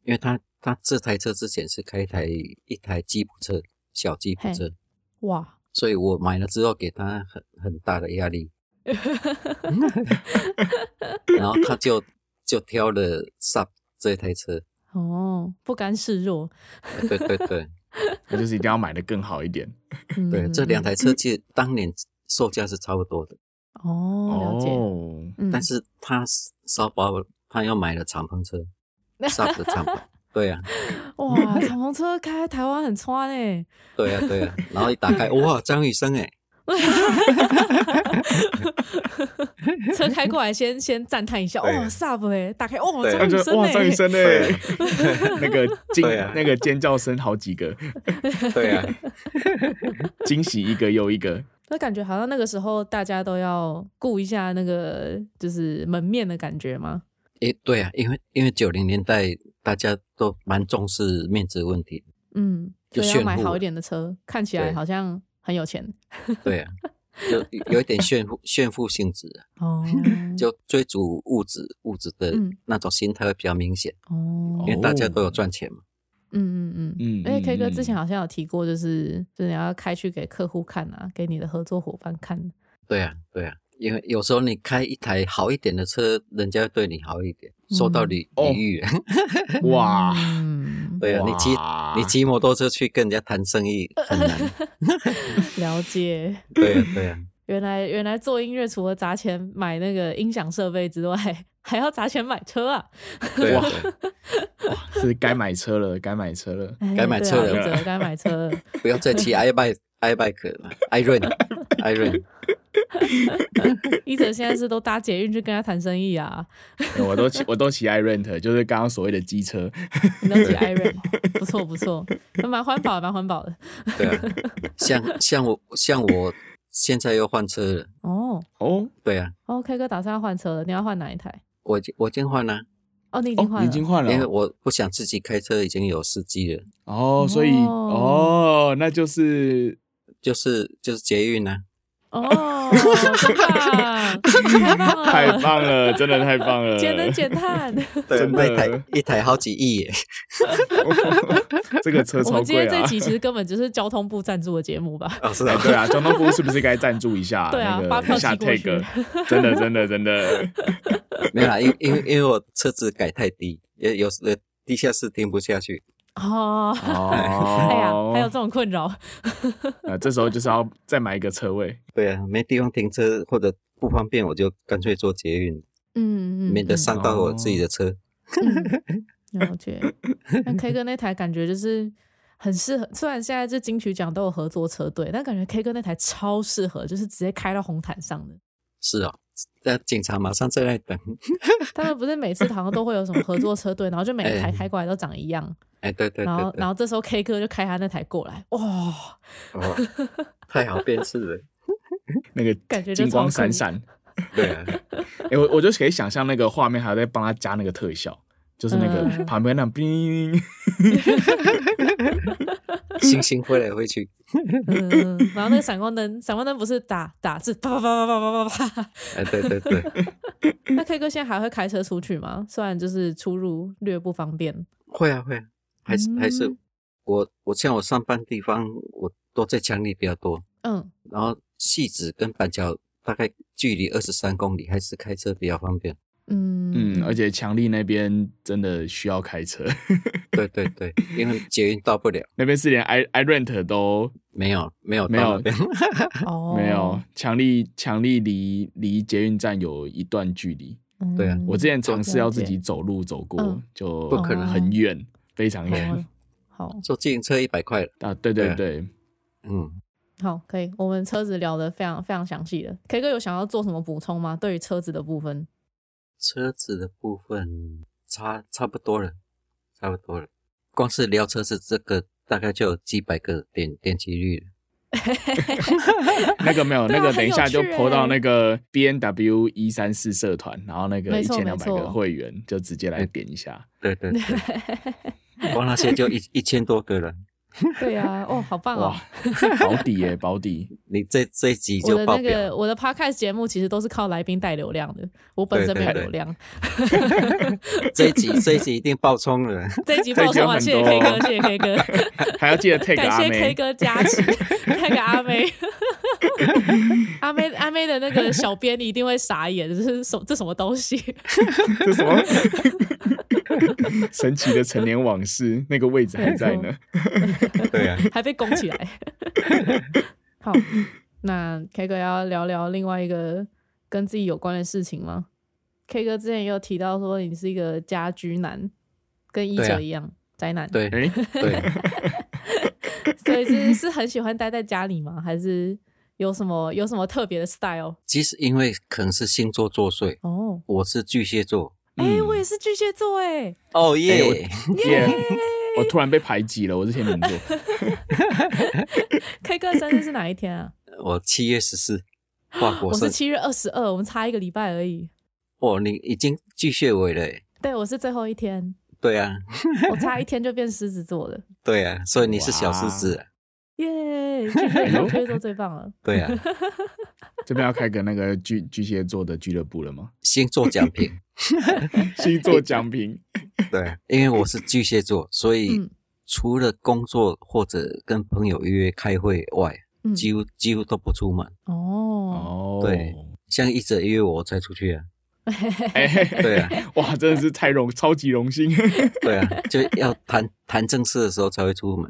[SPEAKER 1] 因为他他这台车之前是开一台一台吉普车，小吉普
[SPEAKER 4] 嘿
[SPEAKER 1] 车，
[SPEAKER 4] 哇，
[SPEAKER 1] 所以我买了之后给他很很大的压
[SPEAKER 4] [laughs]
[SPEAKER 1] 力， [laughs] 然后他就就挑了 Sub 这一台车，
[SPEAKER 4] 哦，不甘示弱。
[SPEAKER 1] 对对对
[SPEAKER 2] 那就是一定要买的更好一点。
[SPEAKER 4] [laughs] 嗯
[SPEAKER 1] 对，这两台车其实当年售价是差不多的，
[SPEAKER 4] 哦，了解。
[SPEAKER 2] 哦
[SPEAKER 4] 嗯，
[SPEAKER 1] 但是他烧包他又买了敞篷
[SPEAKER 4] [laughs]
[SPEAKER 1] 车，Sub 的敞篷，对呀、啊、
[SPEAKER 4] 哇，敞篷车开台湾很穿哎，
[SPEAKER 1] 对呀、啊、对呀、啊，然后一打开，哇，张雨生哎，
[SPEAKER 4] [laughs] 车开过来先先赞叹一下，哇
[SPEAKER 1] 对
[SPEAKER 4] ，Sub 哎，打开，哇，
[SPEAKER 1] 对
[SPEAKER 4] 张
[SPEAKER 2] 他
[SPEAKER 4] 雨
[SPEAKER 2] 就
[SPEAKER 4] 生
[SPEAKER 2] 哇，张雨
[SPEAKER 4] 哎，
[SPEAKER 2] 生呢？ [laughs] 那个惊
[SPEAKER 1] 对啊
[SPEAKER 2] 那个尖叫声好几个，
[SPEAKER 1] 对呀、啊，
[SPEAKER 2] 惊喜一个又一个。
[SPEAKER 4] 那感觉好像那个时候大家都要顾一下那个就是门面的感觉吗？
[SPEAKER 1] 诶对呀、啊，因为因为九零年代大家都蛮重视面子问题的，
[SPEAKER 4] 嗯，
[SPEAKER 1] 就
[SPEAKER 4] 所以
[SPEAKER 1] 炫
[SPEAKER 4] 要买
[SPEAKER 1] 富
[SPEAKER 4] 好
[SPEAKER 1] 了
[SPEAKER 4] 一点的车，看起来
[SPEAKER 1] 对
[SPEAKER 4] 好像很有钱。
[SPEAKER 1] 对呀、啊，就有有一点炫富炫富性质，啊
[SPEAKER 4] [laughs] 哦，
[SPEAKER 1] 就追逐物质物质的
[SPEAKER 4] 嗯
[SPEAKER 1] 那种心态会比较明显，
[SPEAKER 4] 哦，
[SPEAKER 1] 因为大家
[SPEAKER 2] 哦
[SPEAKER 1] 都有赚钱嘛。
[SPEAKER 4] 嗯嗯嗯
[SPEAKER 2] 嗯
[SPEAKER 4] 而且 K 哥
[SPEAKER 2] 嗯
[SPEAKER 4] 之前好像有提过，就是就是你要开去给客户看啊，给你的合作伙伴
[SPEAKER 1] [laughs]
[SPEAKER 4] 看。嗯
[SPEAKER 1] 对啊，对啊，因为有时候你开一台好一点的车，人家会对你好一点，受到礼
[SPEAKER 2] 哦
[SPEAKER 1] 礼遇。啊
[SPEAKER 2] 哇，
[SPEAKER 1] [laughs]
[SPEAKER 4] 嗯，
[SPEAKER 1] 对啊，你骑
[SPEAKER 2] 哇
[SPEAKER 1] 你骑摩托车去跟人家谈生意很难。
[SPEAKER 4] 了解。
[SPEAKER 1] 对啊，对啊，
[SPEAKER 4] 原来原来做音乐除了砸钱买那个音响设备之外，还要砸钱买车啊！
[SPEAKER 1] 对啊
[SPEAKER 2] 哇，
[SPEAKER 1] 对啊
[SPEAKER 2] 哇是该买车了，该买车了。
[SPEAKER 4] 哎
[SPEAKER 1] 该买
[SPEAKER 4] 对啊
[SPEAKER 1] 车
[SPEAKER 2] 了
[SPEAKER 1] [laughs]
[SPEAKER 4] 哲该买车了。
[SPEAKER 1] 不要再骑 i bike i bike 了，i
[SPEAKER 2] [laughs]
[SPEAKER 1] run i run。
[SPEAKER 4] 一哲现在是都搭捷运去跟他谈生意啊，
[SPEAKER 2] 对我都骑，我都骑 iRent，就是刚刚所谓的机车。
[SPEAKER 4] 你
[SPEAKER 2] [laughs]
[SPEAKER 4] 都骑 Iron，不错不错，蛮环保的蛮环保的
[SPEAKER 1] 对啊，像像我像我现在又换车了。
[SPEAKER 4] [laughs] 哦。
[SPEAKER 2] 哦，
[SPEAKER 1] 对啊，
[SPEAKER 4] 哦，K 哥打算要换车了，你要换哪一台？
[SPEAKER 1] 我已经我已经换了，啊
[SPEAKER 4] 哦，你已经
[SPEAKER 2] 哦，
[SPEAKER 4] 换
[SPEAKER 2] 你
[SPEAKER 4] 了，
[SPEAKER 2] 已经换了
[SPEAKER 1] 因为
[SPEAKER 2] 哦，
[SPEAKER 1] 我不想自己开车，已经有司机了，
[SPEAKER 2] 哦所以
[SPEAKER 4] 哦
[SPEAKER 2] 哦，那就是
[SPEAKER 1] 就是就是捷运啊。
[SPEAKER 4] 哦，真棒，哦太棒了，
[SPEAKER 2] 太棒了，真的太
[SPEAKER 4] [laughs]
[SPEAKER 2] 棒了，
[SPEAKER 4] 节能减碳。
[SPEAKER 1] 对啊，
[SPEAKER 2] 真
[SPEAKER 1] 那
[SPEAKER 2] 的
[SPEAKER 1] 一台一台好几亿耶。
[SPEAKER 2] [laughs] 这个车
[SPEAKER 4] 我
[SPEAKER 2] 超
[SPEAKER 4] 们今
[SPEAKER 2] 贵
[SPEAKER 4] 天这
[SPEAKER 2] 啊！
[SPEAKER 4] 集其实根本就是交通部赞助的节目吧？
[SPEAKER 1] 哦，是
[SPEAKER 2] 哎，对啊，交通部是不是该赞助一下？
[SPEAKER 4] 对啊
[SPEAKER 2] 那个
[SPEAKER 4] 发票
[SPEAKER 2] 一下
[SPEAKER 4] 寄过
[SPEAKER 2] tag，
[SPEAKER 4] 去 [laughs]
[SPEAKER 2] 真的真的真的，
[SPEAKER 1] [laughs] 没有啦，因因为因为我车子改太低，也有时呃地下室停不下去。
[SPEAKER 4] 哦，
[SPEAKER 2] 哦，
[SPEAKER 4] 哎呀，还有这种困扰，
[SPEAKER 2] 啊，这时候就是要再买一个车位，
[SPEAKER 1] 对啊，没地方停车或者不方便，我就干脆坐捷运，
[SPEAKER 4] 嗯嗯，
[SPEAKER 1] 免得
[SPEAKER 4] 嗯
[SPEAKER 1] 伤到我自己的车。 [laughs]
[SPEAKER 4] 嗯了解。那 K 哥那台感觉就是很适合，虽然现在这金曲奖都有合作车队，但感觉 K 哥那台超适合，就是直接开到红毯上的。
[SPEAKER 1] 是哦，那警察马上在那里等。 [laughs]
[SPEAKER 4] 当然不是每次好像都会有什么合作车队，然后就每一台
[SPEAKER 1] 哎
[SPEAKER 4] 开过来都长一样，
[SPEAKER 1] 哎，对对
[SPEAKER 4] 然后
[SPEAKER 1] 对
[SPEAKER 4] 然
[SPEAKER 1] 对，
[SPEAKER 4] 后这时候 K 哥就开他那台过来，哇、
[SPEAKER 1] 哦，太好辨识了。
[SPEAKER 2] 那个
[SPEAKER 4] 感觉就
[SPEAKER 2] 金
[SPEAKER 4] 超
[SPEAKER 2] 光
[SPEAKER 4] 酷
[SPEAKER 2] 闪闪。
[SPEAKER 1] 对
[SPEAKER 4] [laughs]
[SPEAKER 1] 啊，
[SPEAKER 2] 哎，我我就可以想象那个画面，还要再帮他加那个特效，就是那个
[SPEAKER 4] 嗯
[SPEAKER 2] 旁边 [laughs] 那冰，
[SPEAKER 1] 星星飞来飞去。
[SPEAKER 4] 嗯，然后那个闪光灯，闪光灯不是打打是啪啪啪啪啪啪啪啪。
[SPEAKER 1] 哎，对对对，
[SPEAKER 4] 那 K 哥现在还会开车出去吗？虽然就是出入略不方便。
[SPEAKER 1] 会啊会啊，还是还是
[SPEAKER 4] 嗯
[SPEAKER 1] 我我像我上班地方，我都在墙里比较多，
[SPEAKER 4] 嗯，
[SPEAKER 1] 然后戏子跟板桥大概距离二十三公里，还是开车比较方便。
[SPEAKER 4] 嗯
[SPEAKER 2] 嗯，而且强力那边真的需要开车， [laughs]
[SPEAKER 1] 对对对，因为捷运到不了，
[SPEAKER 2] 那边是连 i i rent 都
[SPEAKER 1] 没有没有
[SPEAKER 2] 没有
[SPEAKER 1] 到那边 [laughs]
[SPEAKER 4] 哦，
[SPEAKER 2] 没有，强力强力离离捷运站有一段距离。
[SPEAKER 4] 嗯，
[SPEAKER 1] 对啊
[SPEAKER 2] 我之前尝试要自己
[SPEAKER 4] 了
[SPEAKER 2] 走路走过
[SPEAKER 4] 嗯，哦
[SPEAKER 2] 就
[SPEAKER 1] 不可能
[SPEAKER 2] 很远，非常
[SPEAKER 4] 解
[SPEAKER 2] 远
[SPEAKER 4] [laughs] 好好
[SPEAKER 1] 坐自行车一百块了。
[SPEAKER 2] [laughs] 啊！对对
[SPEAKER 1] 对
[SPEAKER 2] 对，
[SPEAKER 1] 嗯，
[SPEAKER 4] 好，可以。我们车子聊得非常非常详细了。K 哥有想要做什么补充吗？对于车子的部分， [laughs]
[SPEAKER 1] 车子的部分差差不多了，差不多了。光是聊车子这个，大概就有几百个点点击率了。
[SPEAKER 2] 那个没
[SPEAKER 4] [laughs]
[SPEAKER 2] 有，
[SPEAKER 4] 对啊
[SPEAKER 2] 那个等一下就
[SPEAKER 4] 很有趣欸
[SPEAKER 2] PO 到那个 B N W 一三四社团，然后那个
[SPEAKER 4] 没
[SPEAKER 2] 一
[SPEAKER 4] 错
[SPEAKER 2] 千两
[SPEAKER 4] 没
[SPEAKER 2] 百
[SPEAKER 4] 错
[SPEAKER 2] 个会员就直接来点一下。
[SPEAKER 1] 对对对，
[SPEAKER 4] [laughs]
[SPEAKER 1] 光那些就一一千多个了。
[SPEAKER 4] 对啊，哦，好棒哦
[SPEAKER 2] 哇！， [laughs] 保底耶，保底！
[SPEAKER 1] 你这这一集
[SPEAKER 4] 我
[SPEAKER 1] 就
[SPEAKER 4] 的
[SPEAKER 1] 爆
[SPEAKER 4] 那
[SPEAKER 1] 表
[SPEAKER 4] 个
[SPEAKER 1] 了。
[SPEAKER 4] 我的 podcast 节目其实都是靠来宾带流量的，我本身没
[SPEAKER 1] 对
[SPEAKER 4] 有
[SPEAKER 1] 对对
[SPEAKER 4] 流量。
[SPEAKER 1] 这一
[SPEAKER 4] [laughs]
[SPEAKER 1] 集这一集一定爆冲了。 [laughs]
[SPEAKER 4] 这一集爆冲啊！谢
[SPEAKER 2] 这一集有
[SPEAKER 4] 谢 K
[SPEAKER 2] 很多
[SPEAKER 4] 哥，谢谢 K 哥，
[SPEAKER 2] 还要记得 [laughs]
[SPEAKER 4] [laughs]
[SPEAKER 2] take
[SPEAKER 4] 感
[SPEAKER 2] 阿
[SPEAKER 4] 谢 K
[SPEAKER 2] 妹，
[SPEAKER 4] 哥加持，tag 阿妹，阿妹阿妹的那个小编一定会傻眼，这是什这什么东西？
[SPEAKER 2] [laughs] 这
[SPEAKER 1] [laughs]
[SPEAKER 2] 什么神奇的陈年往事？那个位置还在
[SPEAKER 1] [laughs]
[SPEAKER 2] 呢。
[SPEAKER 1] 对
[SPEAKER 4] [laughs]
[SPEAKER 1] 啊，
[SPEAKER 4] 还被拱起来。好，那 K 哥要聊聊另外一个跟自己有关的事情吗？K 哥之前也有提到说你是一个家居男，跟一
[SPEAKER 1] 对啊
[SPEAKER 4] 哲一样、宅男，
[SPEAKER 1] 对
[SPEAKER 2] 哎， [laughs]
[SPEAKER 1] 对。
[SPEAKER 4] 所以是是很喜欢待在家里吗？还是有什么有什么特别的 style？
[SPEAKER 1] 其实因为可能是星座作祟，
[SPEAKER 4] 哦，
[SPEAKER 1] 我是巨蟹座。
[SPEAKER 4] 哎、
[SPEAKER 2] 嗯
[SPEAKER 4] 我也是巨蟹座哎，
[SPEAKER 1] 哦耶
[SPEAKER 2] 我耶！我突然被排挤了，我是天秤座，
[SPEAKER 4] K 哥的生日是哪一天啊？
[SPEAKER 1] 我七月十四，哇，
[SPEAKER 4] 我
[SPEAKER 1] 我
[SPEAKER 4] 是
[SPEAKER 1] 是
[SPEAKER 4] 七月二十二，我们差一个礼拜而已。
[SPEAKER 1] 哦，你已经巨蟹尾了耶。
[SPEAKER 4] 对，我是最后一天，
[SPEAKER 1] 对啊，
[SPEAKER 4] 我差一天就变狮子座了，
[SPEAKER 1] 对啊，所以你是小狮子啊。
[SPEAKER 4] 耶！巨蟹座，巨蟹座最棒了。
[SPEAKER 1] [laughs] 对啊，
[SPEAKER 2] 这边要开个那个巨巨蟹座的俱乐部
[SPEAKER 1] [laughs]
[SPEAKER 2] 了吗？
[SPEAKER 1] 星座奖品。
[SPEAKER 2] 星座奖评，
[SPEAKER 1] 对，因为我是巨蟹座，所以
[SPEAKER 4] 嗯
[SPEAKER 1] 除了工作或者跟朋友约开会外，
[SPEAKER 4] 嗯，
[SPEAKER 1] 几乎几乎都不出门。
[SPEAKER 4] 哦，
[SPEAKER 2] 哦，
[SPEAKER 1] 对像一直约我才出去啊。
[SPEAKER 2] 哎，
[SPEAKER 1] 对
[SPEAKER 4] [laughs]
[SPEAKER 1] 啊，
[SPEAKER 2] [laughs] 哇，真的是太荣，超级
[SPEAKER 1] [laughs]
[SPEAKER 2] 荣幸。
[SPEAKER 1] 对啊，就要谈谈正事的时候才会出门。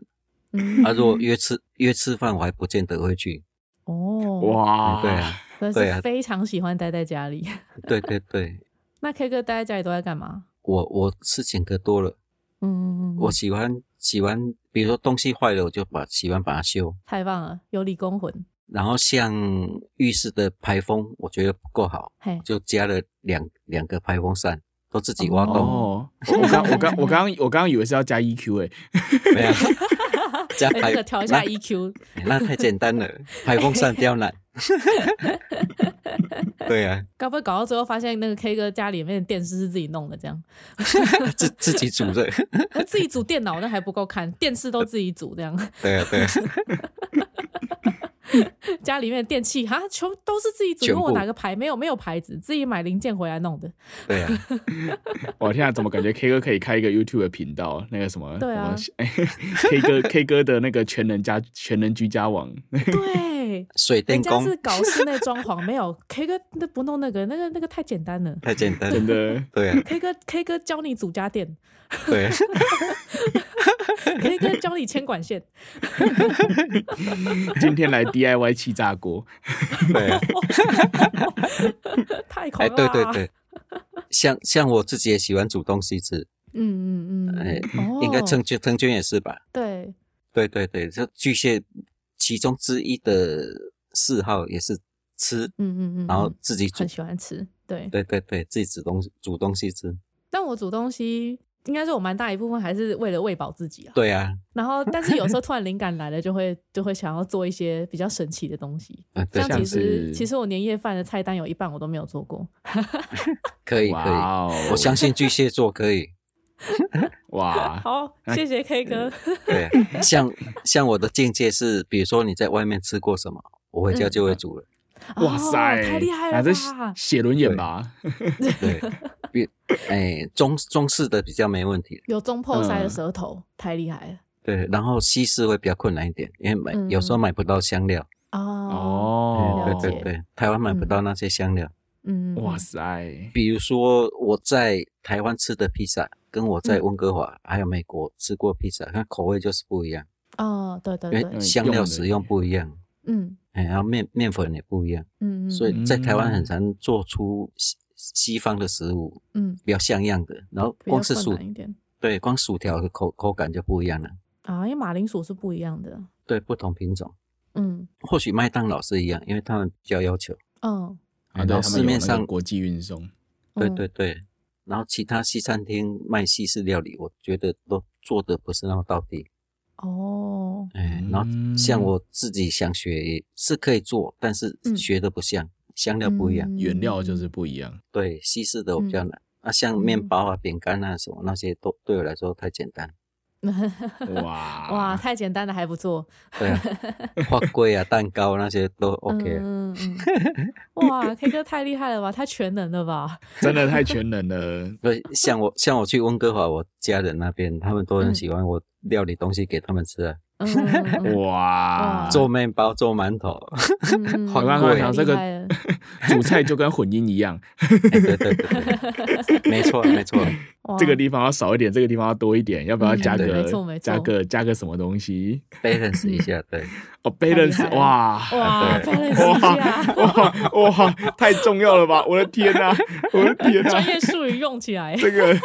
[SPEAKER 4] 嗯
[SPEAKER 1] 啊，如果约吃约吃饭，我还不见得会去。
[SPEAKER 4] 哦，，
[SPEAKER 2] 哇，
[SPEAKER 1] 对啊，
[SPEAKER 4] 真
[SPEAKER 1] 对
[SPEAKER 4] 的
[SPEAKER 1] 啊
[SPEAKER 4] 是非常喜欢待在家里。
[SPEAKER 1] 对对对，
[SPEAKER 4] [laughs] 那 K 哥待在家里都在干嘛？
[SPEAKER 1] 我我事情可多了，
[SPEAKER 4] 嗯，嗯嗯
[SPEAKER 1] 我喜欢喜欢，比如说东西坏了，我就把喜欢把它修。
[SPEAKER 4] 太棒了，有理工魂，
[SPEAKER 1] 然后像浴室的排风，我觉得不够好，
[SPEAKER 4] 嘿，
[SPEAKER 1] 就加了两两个排风扇，都自己挖洞，
[SPEAKER 2] 哦，我我刚我刚我刚我刚刚以为是要加 EQ 哎、
[SPEAKER 1] [laughs] 没
[SPEAKER 4] [laughs]
[SPEAKER 1] 有加
[SPEAKER 4] 哎，
[SPEAKER 1] 排
[SPEAKER 4] 这个调一下
[SPEAKER 1] 那
[SPEAKER 4] EQ，
[SPEAKER 1] 那太简单了，排风扇刁
[SPEAKER 4] [laughs]
[SPEAKER 1] 难。对啊，
[SPEAKER 4] 该不会搞到最后发现那个 K 哥家里面的电视是自己弄的？这 [laughs] 样
[SPEAKER 1] 自自己组的，
[SPEAKER 4] 自己组电脑那还不够看，电视都自己组，这样 [laughs]
[SPEAKER 1] 对啊对啊，
[SPEAKER 4] 家里面的电器哈，全部都是自己组。
[SPEAKER 1] 全
[SPEAKER 4] 问
[SPEAKER 1] 部
[SPEAKER 4] 我哪个牌？没有没有牌子，自己买零件回来弄 [laughs] 的。
[SPEAKER 1] 对啊，
[SPEAKER 2] 我天啊，怎么感觉 K 哥可以开一个 YouTube 的频道？那个什么，
[SPEAKER 4] 对啊
[SPEAKER 2] 什么、 [laughs] 哎 k 哥 K 哥的那个全能家全能居家网，
[SPEAKER 4] 对，
[SPEAKER 1] 水电
[SPEAKER 4] 人家
[SPEAKER 1] 工
[SPEAKER 4] 是搞室内装潢，没有 K 哥那不弄那个，那个那个太简单了。
[SPEAKER 1] 太简单
[SPEAKER 2] 真
[SPEAKER 1] 了，
[SPEAKER 2] 的
[SPEAKER 1] 对啊
[SPEAKER 4] K 哥 K 哥教你组
[SPEAKER 1] [laughs]
[SPEAKER 4] 家电
[SPEAKER 1] 对啊，
[SPEAKER 4] ，K 哥教你牵管线，
[SPEAKER 2] 今天来 DIY 气炸锅，
[SPEAKER 1] 对啊，
[SPEAKER 4] 太
[SPEAKER 1] [laughs] 哎
[SPEAKER 4] 狂了、啊
[SPEAKER 1] 对对，
[SPEAKER 4] [laughs]
[SPEAKER 1] 对，像像我自己也喜欢煮东西吃，
[SPEAKER 4] 嗯嗯嗯，
[SPEAKER 1] 哎
[SPEAKER 4] 哦，
[SPEAKER 1] 应该称君称君也是吧？
[SPEAKER 4] 对，
[SPEAKER 1] 对对对，这巨蟹其中之一的嗜好也是吃，
[SPEAKER 4] 嗯嗯嗯，
[SPEAKER 1] 然后
[SPEAKER 4] 嗯
[SPEAKER 1] 自己煮
[SPEAKER 4] 很，喜欢吃，对。
[SPEAKER 1] 对对对，自己煮东西煮东西吃。
[SPEAKER 4] 但我煮东西，应该是我蛮大一部分还是为了喂饱自己啊。
[SPEAKER 1] 对啊，
[SPEAKER 4] 然后，但是有时候突然灵感来了，就会就会想要做一些比较神奇的东西。
[SPEAKER 1] 嗯，对
[SPEAKER 4] 像，
[SPEAKER 2] 像
[SPEAKER 4] 其
[SPEAKER 2] 是
[SPEAKER 4] 实其实我年夜饭的菜单有一半我都没有做过，
[SPEAKER 1] 可以可以，
[SPEAKER 2] 哇哦，
[SPEAKER 1] 我相信巨蟹座可
[SPEAKER 4] [laughs]
[SPEAKER 1] 以。啊
[SPEAKER 2] 哇，
[SPEAKER 4] 好，谢谢 K 哥。
[SPEAKER 1] 对啊，像像我的境界是，比如说你在外面吃过什么，我回
[SPEAKER 4] 嗯
[SPEAKER 1] 家就会煮了。
[SPEAKER 2] 哇塞，
[SPEAKER 4] 哦太厉害了
[SPEAKER 2] 这
[SPEAKER 4] 吧！
[SPEAKER 2] 写轮眼吧？
[SPEAKER 1] 对，比 [laughs] 哎中中式的比较没问题，
[SPEAKER 4] 有中破
[SPEAKER 1] 嗯
[SPEAKER 4] 塞的舌头，太厉害了
[SPEAKER 1] 对，然后西式会比较困难一点，因为买
[SPEAKER 4] 嗯
[SPEAKER 1] 有时候买不到香料。
[SPEAKER 4] 哦，
[SPEAKER 2] 哦
[SPEAKER 1] 哎，
[SPEAKER 4] 了
[SPEAKER 1] 对
[SPEAKER 4] 解
[SPEAKER 1] 对对，台湾买不到那些香料。
[SPEAKER 4] 嗯，
[SPEAKER 2] 哇塞，
[SPEAKER 1] 比如说我在台湾吃的披萨，跟我
[SPEAKER 4] 嗯
[SPEAKER 1] 在温哥华、还有美国吃过披萨，它口味就是不一样，
[SPEAKER 4] 哦，对对
[SPEAKER 1] 因
[SPEAKER 4] 对
[SPEAKER 1] 为，香料使用不一样，
[SPEAKER 4] 嗯
[SPEAKER 1] 哎，然后面面粉也不一样，
[SPEAKER 4] 嗯，嗯
[SPEAKER 1] 所以
[SPEAKER 4] 嗯
[SPEAKER 1] 在台湾很难做出西西方的食物
[SPEAKER 4] 嗯，
[SPEAKER 1] 比较像样的。然后
[SPEAKER 4] 比较
[SPEAKER 1] 光是
[SPEAKER 4] 困
[SPEAKER 1] 薯
[SPEAKER 4] 难一点
[SPEAKER 1] 对，光薯条的口口感就不一样了，
[SPEAKER 4] 啊，因为马铃薯是不一样的，
[SPEAKER 1] 对，不同品种。
[SPEAKER 4] 嗯
[SPEAKER 1] 或许麦当劳是一样，因为他们比较要求。
[SPEAKER 4] 嗯
[SPEAKER 2] 啊
[SPEAKER 1] 然
[SPEAKER 2] 对
[SPEAKER 1] 后
[SPEAKER 2] 他们
[SPEAKER 1] 市
[SPEAKER 2] 有
[SPEAKER 1] 面
[SPEAKER 2] 那个
[SPEAKER 1] 上
[SPEAKER 2] 国际运送，
[SPEAKER 1] 对
[SPEAKER 4] 嗯
[SPEAKER 1] 对对，然后其他西餐厅卖西式料理，我觉得都做的不是那么到地。
[SPEAKER 4] 哦，
[SPEAKER 1] 哎，然后
[SPEAKER 2] 嗯
[SPEAKER 1] 像我自己想学是可以做，但是
[SPEAKER 4] 嗯
[SPEAKER 1] 学的不像，香料不一样。
[SPEAKER 4] 嗯
[SPEAKER 2] 原料就是不一样。
[SPEAKER 1] 对，西式的我比较
[SPEAKER 4] 嗯
[SPEAKER 1] 难。啊，像面包啊、饼干啊什么那些都对我来说太简
[SPEAKER 4] [laughs]
[SPEAKER 1] 单。
[SPEAKER 2] 哇
[SPEAKER 4] 哇，太简单了，还不错。
[SPEAKER 1] 对啊，花龟啊、蛋糕那些
[SPEAKER 4] [laughs]
[SPEAKER 1] 都 OK 啊。
[SPEAKER 4] 嗯嗯嗯哇，K 哥太厉害了吧，太全能了吧？
[SPEAKER 2] 真的太全能了。
[SPEAKER 1] 所以像我像我去温哥华，我家人那边他们都很
[SPEAKER 4] 嗯
[SPEAKER 1] 喜欢我料理东西给他们吃啊，
[SPEAKER 4] 嗯嗯嗯
[SPEAKER 2] 哇，
[SPEAKER 4] 哇
[SPEAKER 1] 做面包、做馒头。
[SPEAKER 4] 嗯嗯，
[SPEAKER 1] 好
[SPEAKER 2] 我刚
[SPEAKER 1] 贵
[SPEAKER 2] 刚
[SPEAKER 1] 啊
[SPEAKER 2] 想这个
[SPEAKER 4] 太厉害了
[SPEAKER 2] 主菜就跟混音一样，
[SPEAKER 1] 哎，对对对对，没错没错。
[SPEAKER 4] 哇
[SPEAKER 2] 这个地方要少一点，这个地方要多一点，要不要
[SPEAKER 4] 嗯
[SPEAKER 2] 加
[SPEAKER 1] 对
[SPEAKER 2] 个
[SPEAKER 4] 没错没错
[SPEAKER 2] 加个加个什么东西？
[SPEAKER 1] balance 一下，对，
[SPEAKER 2] 哦
[SPEAKER 4] 厉
[SPEAKER 2] ，balance，
[SPEAKER 4] 害了
[SPEAKER 2] 哇
[SPEAKER 4] 哇，
[SPEAKER 1] 对
[SPEAKER 4] 漂亮一
[SPEAKER 2] 哇
[SPEAKER 4] 下，
[SPEAKER 2] 哇哇，太重要了吧！我的天哪、我的天哪、
[SPEAKER 4] 专业术语用起来。
[SPEAKER 2] 这个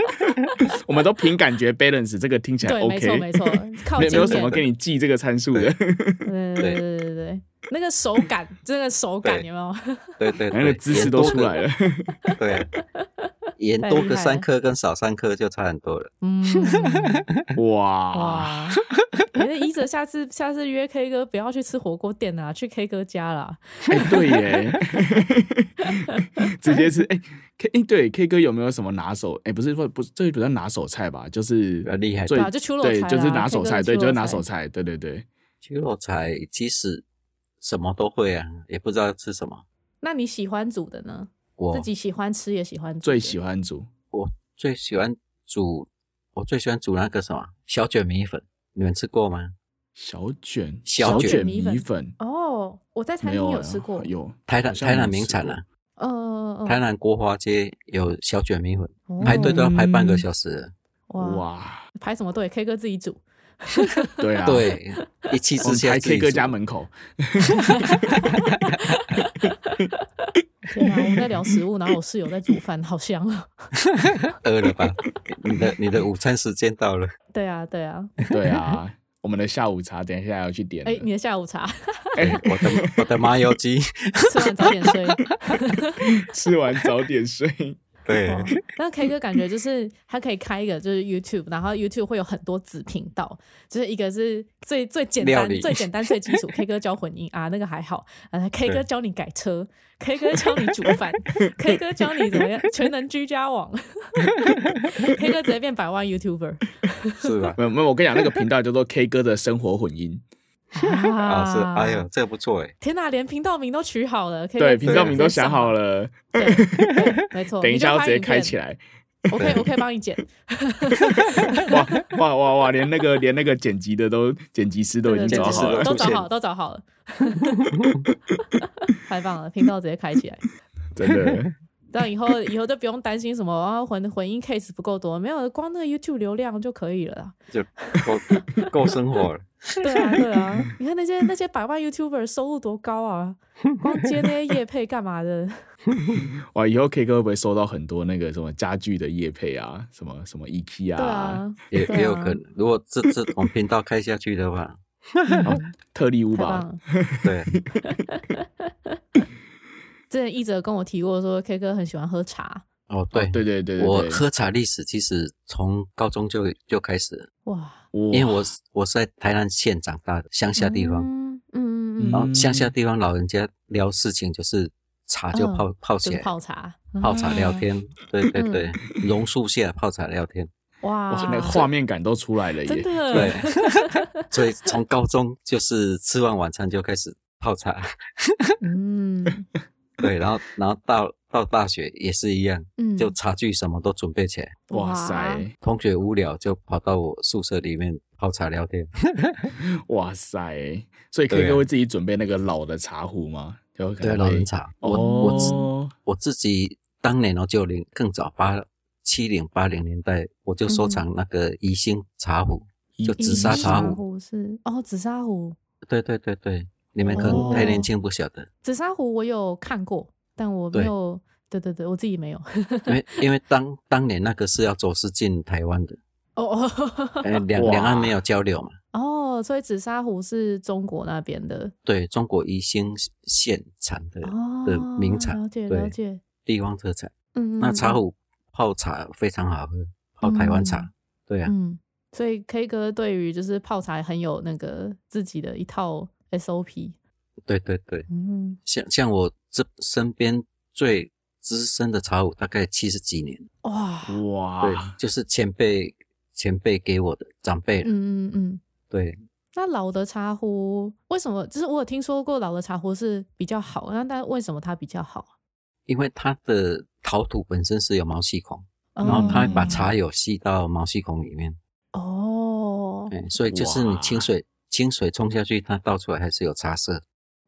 [SPEAKER 2] [laughs] 我们都凭感觉 balance，这个听起来
[SPEAKER 4] 对，
[SPEAKER 2] OK，
[SPEAKER 4] 没错没错，靠
[SPEAKER 2] 没有没有
[SPEAKER 4] 经
[SPEAKER 2] 什
[SPEAKER 4] 验
[SPEAKER 2] 么给你记这个参数的，
[SPEAKER 4] 对对对对对，那个手感，真的手感有没有？
[SPEAKER 1] 对对对，
[SPEAKER 2] 那个姿势都出来了。
[SPEAKER 1] 盐多个，对，盐
[SPEAKER 4] 太
[SPEAKER 1] 多
[SPEAKER 4] 厉
[SPEAKER 1] 个
[SPEAKER 4] 害
[SPEAKER 1] 三
[SPEAKER 4] 了
[SPEAKER 1] 克跟少三克就差很多了。
[SPEAKER 4] [laughs] 嗯，
[SPEAKER 2] 哇，
[SPEAKER 4] 哇！那一泽下次下次约 K 哥，不要去吃火锅店啦，去 K 哥家啦。
[SPEAKER 2] 哎、对耶， [laughs] 直接是哎、K 哎、对 K 哥有没有什么拿手？哎、不是说不是这不叫拿手菜吧，就是
[SPEAKER 1] 呃厉害
[SPEAKER 2] 最
[SPEAKER 4] 对啊就秋肉
[SPEAKER 2] 对
[SPEAKER 4] 菜
[SPEAKER 2] 就是
[SPEAKER 4] 啦
[SPEAKER 2] 拿手
[SPEAKER 4] K 哥
[SPEAKER 2] 菜，
[SPEAKER 4] 的
[SPEAKER 2] 对
[SPEAKER 4] 秋
[SPEAKER 2] 就是
[SPEAKER 4] 肉菜
[SPEAKER 2] 拿手菜，对对对，
[SPEAKER 1] 鸡肉才其实什么都会啊，也不知道吃什么。
[SPEAKER 4] 那你喜欢煮的呢？
[SPEAKER 1] 我
[SPEAKER 4] 自己喜欢吃也喜欢煮的，
[SPEAKER 2] 最喜欢煮
[SPEAKER 1] 最喜欢煮，我最喜欢煮那个什么小卷米粉，你们吃过吗？
[SPEAKER 2] 小卷
[SPEAKER 1] 小
[SPEAKER 2] 小
[SPEAKER 1] 卷
[SPEAKER 2] 卷
[SPEAKER 4] 米
[SPEAKER 2] 米
[SPEAKER 4] 粉
[SPEAKER 2] 粉，
[SPEAKER 4] 哦。我在餐
[SPEAKER 2] 没
[SPEAKER 4] 厅
[SPEAKER 2] 有
[SPEAKER 4] 有
[SPEAKER 2] 啊
[SPEAKER 4] 吃过，
[SPEAKER 2] 有
[SPEAKER 1] 台
[SPEAKER 2] 好
[SPEAKER 1] 南
[SPEAKER 2] 像
[SPEAKER 1] 台
[SPEAKER 2] 没
[SPEAKER 1] 南
[SPEAKER 2] 有
[SPEAKER 1] 名
[SPEAKER 2] 吃
[SPEAKER 1] 产
[SPEAKER 2] 过
[SPEAKER 1] 啊，
[SPEAKER 4] 呃，呃呃
[SPEAKER 1] 台南国华街有小卷米粉，
[SPEAKER 4] 哦
[SPEAKER 1] 排队都要排半个小时了。
[SPEAKER 4] 哇 [laughs]
[SPEAKER 2] 哇，
[SPEAKER 4] 排什么队？K 哥自己煮，
[SPEAKER 2] 对啊，
[SPEAKER 1] 对，一气
[SPEAKER 2] 我
[SPEAKER 1] 之
[SPEAKER 2] 们
[SPEAKER 1] 下
[SPEAKER 2] 排
[SPEAKER 1] 自己
[SPEAKER 2] K 哥
[SPEAKER 1] 煮
[SPEAKER 2] 家
[SPEAKER 1] [laughs]
[SPEAKER 2] 门口，
[SPEAKER 4] 天哪！我们在聊食物，然后我室友在煮饭，好香啊！
[SPEAKER 1] 饿了吧？你的你的午餐时间到
[SPEAKER 4] [laughs]
[SPEAKER 1] 了，
[SPEAKER 4] 对啊，对啊，
[SPEAKER 2] 对啊，我们的下午茶等一下要去点了，
[SPEAKER 4] 哎、你的下午茶哎
[SPEAKER 1] 对哎我的我的麻油
[SPEAKER 4] [laughs]
[SPEAKER 1] 鸡，
[SPEAKER 4] 吃完早点睡。
[SPEAKER 2] [laughs] 吃完早
[SPEAKER 4] [laughs]
[SPEAKER 2] 点睡，
[SPEAKER 1] 对
[SPEAKER 4] 哦，那 K 哥感觉就是他可以开一个就是 YouTube，然后 YouTube 会有很多子频道，就是一个是最最简
[SPEAKER 1] 料
[SPEAKER 4] 单
[SPEAKER 1] 理、
[SPEAKER 4] 最简单、最基础，K 哥教混音啊，那个还好，呃，K 哥
[SPEAKER 1] 对
[SPEAKER 4] 教你改车，K 哥教你煮饭，K 哥教你怎么样全能居家网，K 哥直接变百万 YouTuber
[SPEAKER 1] 是啊吧？
[SPEAKER 2] 没有没有，我跟你讲，那个频道叫做 K 哥的生活混音，
[SPEAKER 1] [laughs] 啊，是，哎呦，，这个不错哎，
[SPEAKER 4] 天哪，连频道名都取好了，K 哥
[SPEAKER 2] 对，
[SPEAKER 4] 直接
[SPEAKER 2] 频道名都
[SPEAKER 4] 直接
[SPEAKER 2] 想
[SPEAKER 4] 上
[SPEAKER 2] 好，了， [laughs]
[SPEAKER 4] 对，对没错，
[SPEAKER 2] 等一
[SPEAKER 4] 你就
[SPEAKER 2] 下要
[SPEAKER 4] 拍
[SPEAKER 2] 直接
[SPEAKER 4] 影
[SPEAKER 2] 开
[SPEAKER 4] 片
[SPEAKER 2] 起，来，
[SPEAKER 4] 我可以，我可以帮你剪，
[SPEAKER 2] 哇 [laughs] 哇哇哇，连那个连那个剪辑的都剪辑师都已
[SPEAKER 4] 对
[SPEAKER 2] 经
[SPEAKER 4] 对
[SPEAKER 2] 找
[SPEAKER 4] 对
[SPEAKER 2] 好
[SPEAKER 1] 剪辑师
[SPEAKER 2] 了
[SPEAKER 4] 都
[SPEAKER 1] 出
[SPEAKER 4] 找
[SPEAKER 1] 现
[SPEAKER 4] 好了，都找好了， [laughs] 太棒了，频道直接开起来。
[SPEAKER 2] 真的。 [laughs]
[SPEAKER 4] 这样以后以后就不用担心什么啊混混音 case 不够多，没有光那个 YouTube 流量就可以了啦。
[SPEAKER 1] 就够够生活了。
[SPEAKER 4] 对啊对啊， [laughs] 你看那些那些百万 YouTuber 收入多高啊，光接那些业配干嘛的？
[SPEAKER 2] 哇，以后 K 哥会不会收到很多那个什么家具的业配啊，什么什么 IKEA
[SPEAKER 4] 对啊，
[SPEAKER 1] 也
[SPEAKER 4] 对啊
[SPEAKER 1] 也有可能，如果这这种频道开下去的话，
[SPEAKER 2] 特力屋
[SPEAKER 4] 太
[SPEAKER 2] 吧
[SPEAKER 4] 棒，了。 [laughs]
[SPEAKER 1] 对，
[SPEAKER 4] 之前一哲跟我提过说，K 哥很喜欢喝茶，
[SPEAKER 1] 哦
[SPEAKER 2] 哦
[SPEAKER 1] 对
[SPEAKER 2] 对对对对，
[SPEAKER 1] 我
[SPEAKER 2] 对
[SPEAKER 1] 喝茶历史其实从高中就就开始了，
[SPEAKER 4] 哇，
[SPEAKER 2] 哇
[SPEAKER 1] 因为我是我是在台南县长大的乡下地方，
[SPEAKER 4] 嗯嗯嗯
[SPEAKER 1] 然
[SPEAKER 4] 嗯，
[SPEAKER 1] 后乡下地方老人家聊事情就是茶就
[SPEAKER 4] 嗯
[SPEAKER 1] 泡泡起
[SPEAKER 4] 就是
[SPEAKER 1] 来，
[SPEAKER 4] 泡茶，
[SPEAKER 1] 泡茶聊天，对对
[SPEAKER 4] 嗯
[SPEAKER 1] 对，榕树下泡茶聊天，
[SPEAKER 4] 哇，
[SPEAKER 2] 哇，那个画面感都出来了
[SPEAKER 4] 啊真
[SPEAKER 2] 耶，
[SPEAKER 4] 的
[SPEAKER 1] 对，所以从高中就是吃完晚餐就开始泡茶，
[SPEAKER 4] 嗯
[SPEAKER 1] 对，然后然后到到大学也是一样，
[SPEAKER 4] 嗯，
[SPEAKER 1] 就茶具什么都准备起来，
[SPEAKER 2] 哇塞，
[SPEAKER 1] 同学无聊就跑到我宿舍里面泡茶聊天，
[SPEAKER 2] 哇塞，所以
[SPEAKER 1] 对啊
[SPEAKER 2] K 哥会自己准备那个老的茶壶吗？就可能
[SPEAKER 1] 对，
[SPEAKER 2] 会
[SPEAKER 1] 老人茶，我我自
[SPEAKER 2] 哦，
[SPEAKER 1] 我自己当年哦，九零更早八七零八零年代，我就收藏那个宜兴茶壶，就
[SPEAKER 2] 宜
[SPEAKER 1] 紫砂
[SPEAKER 4] 银
[SPEAKER 1] 茶
[SPEAKER 4] 茶
[SPEAKER 1] 壶。
[SPEAKER 4] 壶是哦，紫砂壶，
[SPEAKER 1] 对对对对，你们可
[SPEAKER 2] 哦
[SPEAKER 1] 能太年轻不晓得，
[SPEAKER 4] 紫砂壶我有看过，但我没
[SPEAKER 1] 对
[SPEAKER 4] 有，对对对，我自己没有。
[SPEAKER 1] 因为因为当当年那个是要走私进台湾的，
[SPEAKER 4] 哦 [laughs]
[SPEAKER 1] 呃，两
[SPEAKER 2] 哇
[SPEAKER 1] 两岸没有交流嘛。
[SPEAKER 4] 哦，所以紫砂壶是中国那边的
[SPEAKER 1] 对中国宜兴县产的
[SPEAKER 4] 哦
[SPEAKER 1] 的名产
[SPEAKER 4] 了解
[SPEAKER 1] 对
[SPEAKER 4] 了解。
[SPEAKER 1] 地方特产，
[SPEAKER 4] 嗯，
[SPEAKER 1] 那
[SPEAKER 4] 嗯
[SPEAKER 1] 茶，壶泡茶非常好喝，泡台湾茶
[SPEAKER 4] 嗯。
[SPEAKER 1] 对啊，
[SPEAKER 4] 嗯，嗯所以 K 哥对于就是泡茶很有那个自己的一套 SOP。
[SPEAKER 1] 对对对。
[SPEAKER 4] 嗯，
[SPEAKER 1] 像像我这身边最资深的茶壶，大概七十几年，
[SPEAKER 4] 哇，
[SPEAKER 1] 嗯对
[SPEAKER 2] 哇，，
[SPEAKER 1] 就是前辈前辈给我的长辈了，
[SPEAKER 4] 嗯嗯嗯。
[SPEAKER 1] 对，
[SPEAKER 4] 那老的茶壶为什么？就是我有听说过老的茶壶是比较好，那但为什么它比较好？
[SPEAKER 1] 因为它的陶土本身是有毛细孔，
[SPEAKER 4] 然
[SPEAKER 1] 然后
[SPEAKER 4] 嗯
[SPEAKER 1] 它会把
[SPEAKER 2] 哦
[SPEAKER 1] 茶油吸到毛细孔里面，
[SPEAKER 4] 哦，
[SPEAKER 1] 哎、所以就是你清水清水冲下去，它倒出来还是有茶色，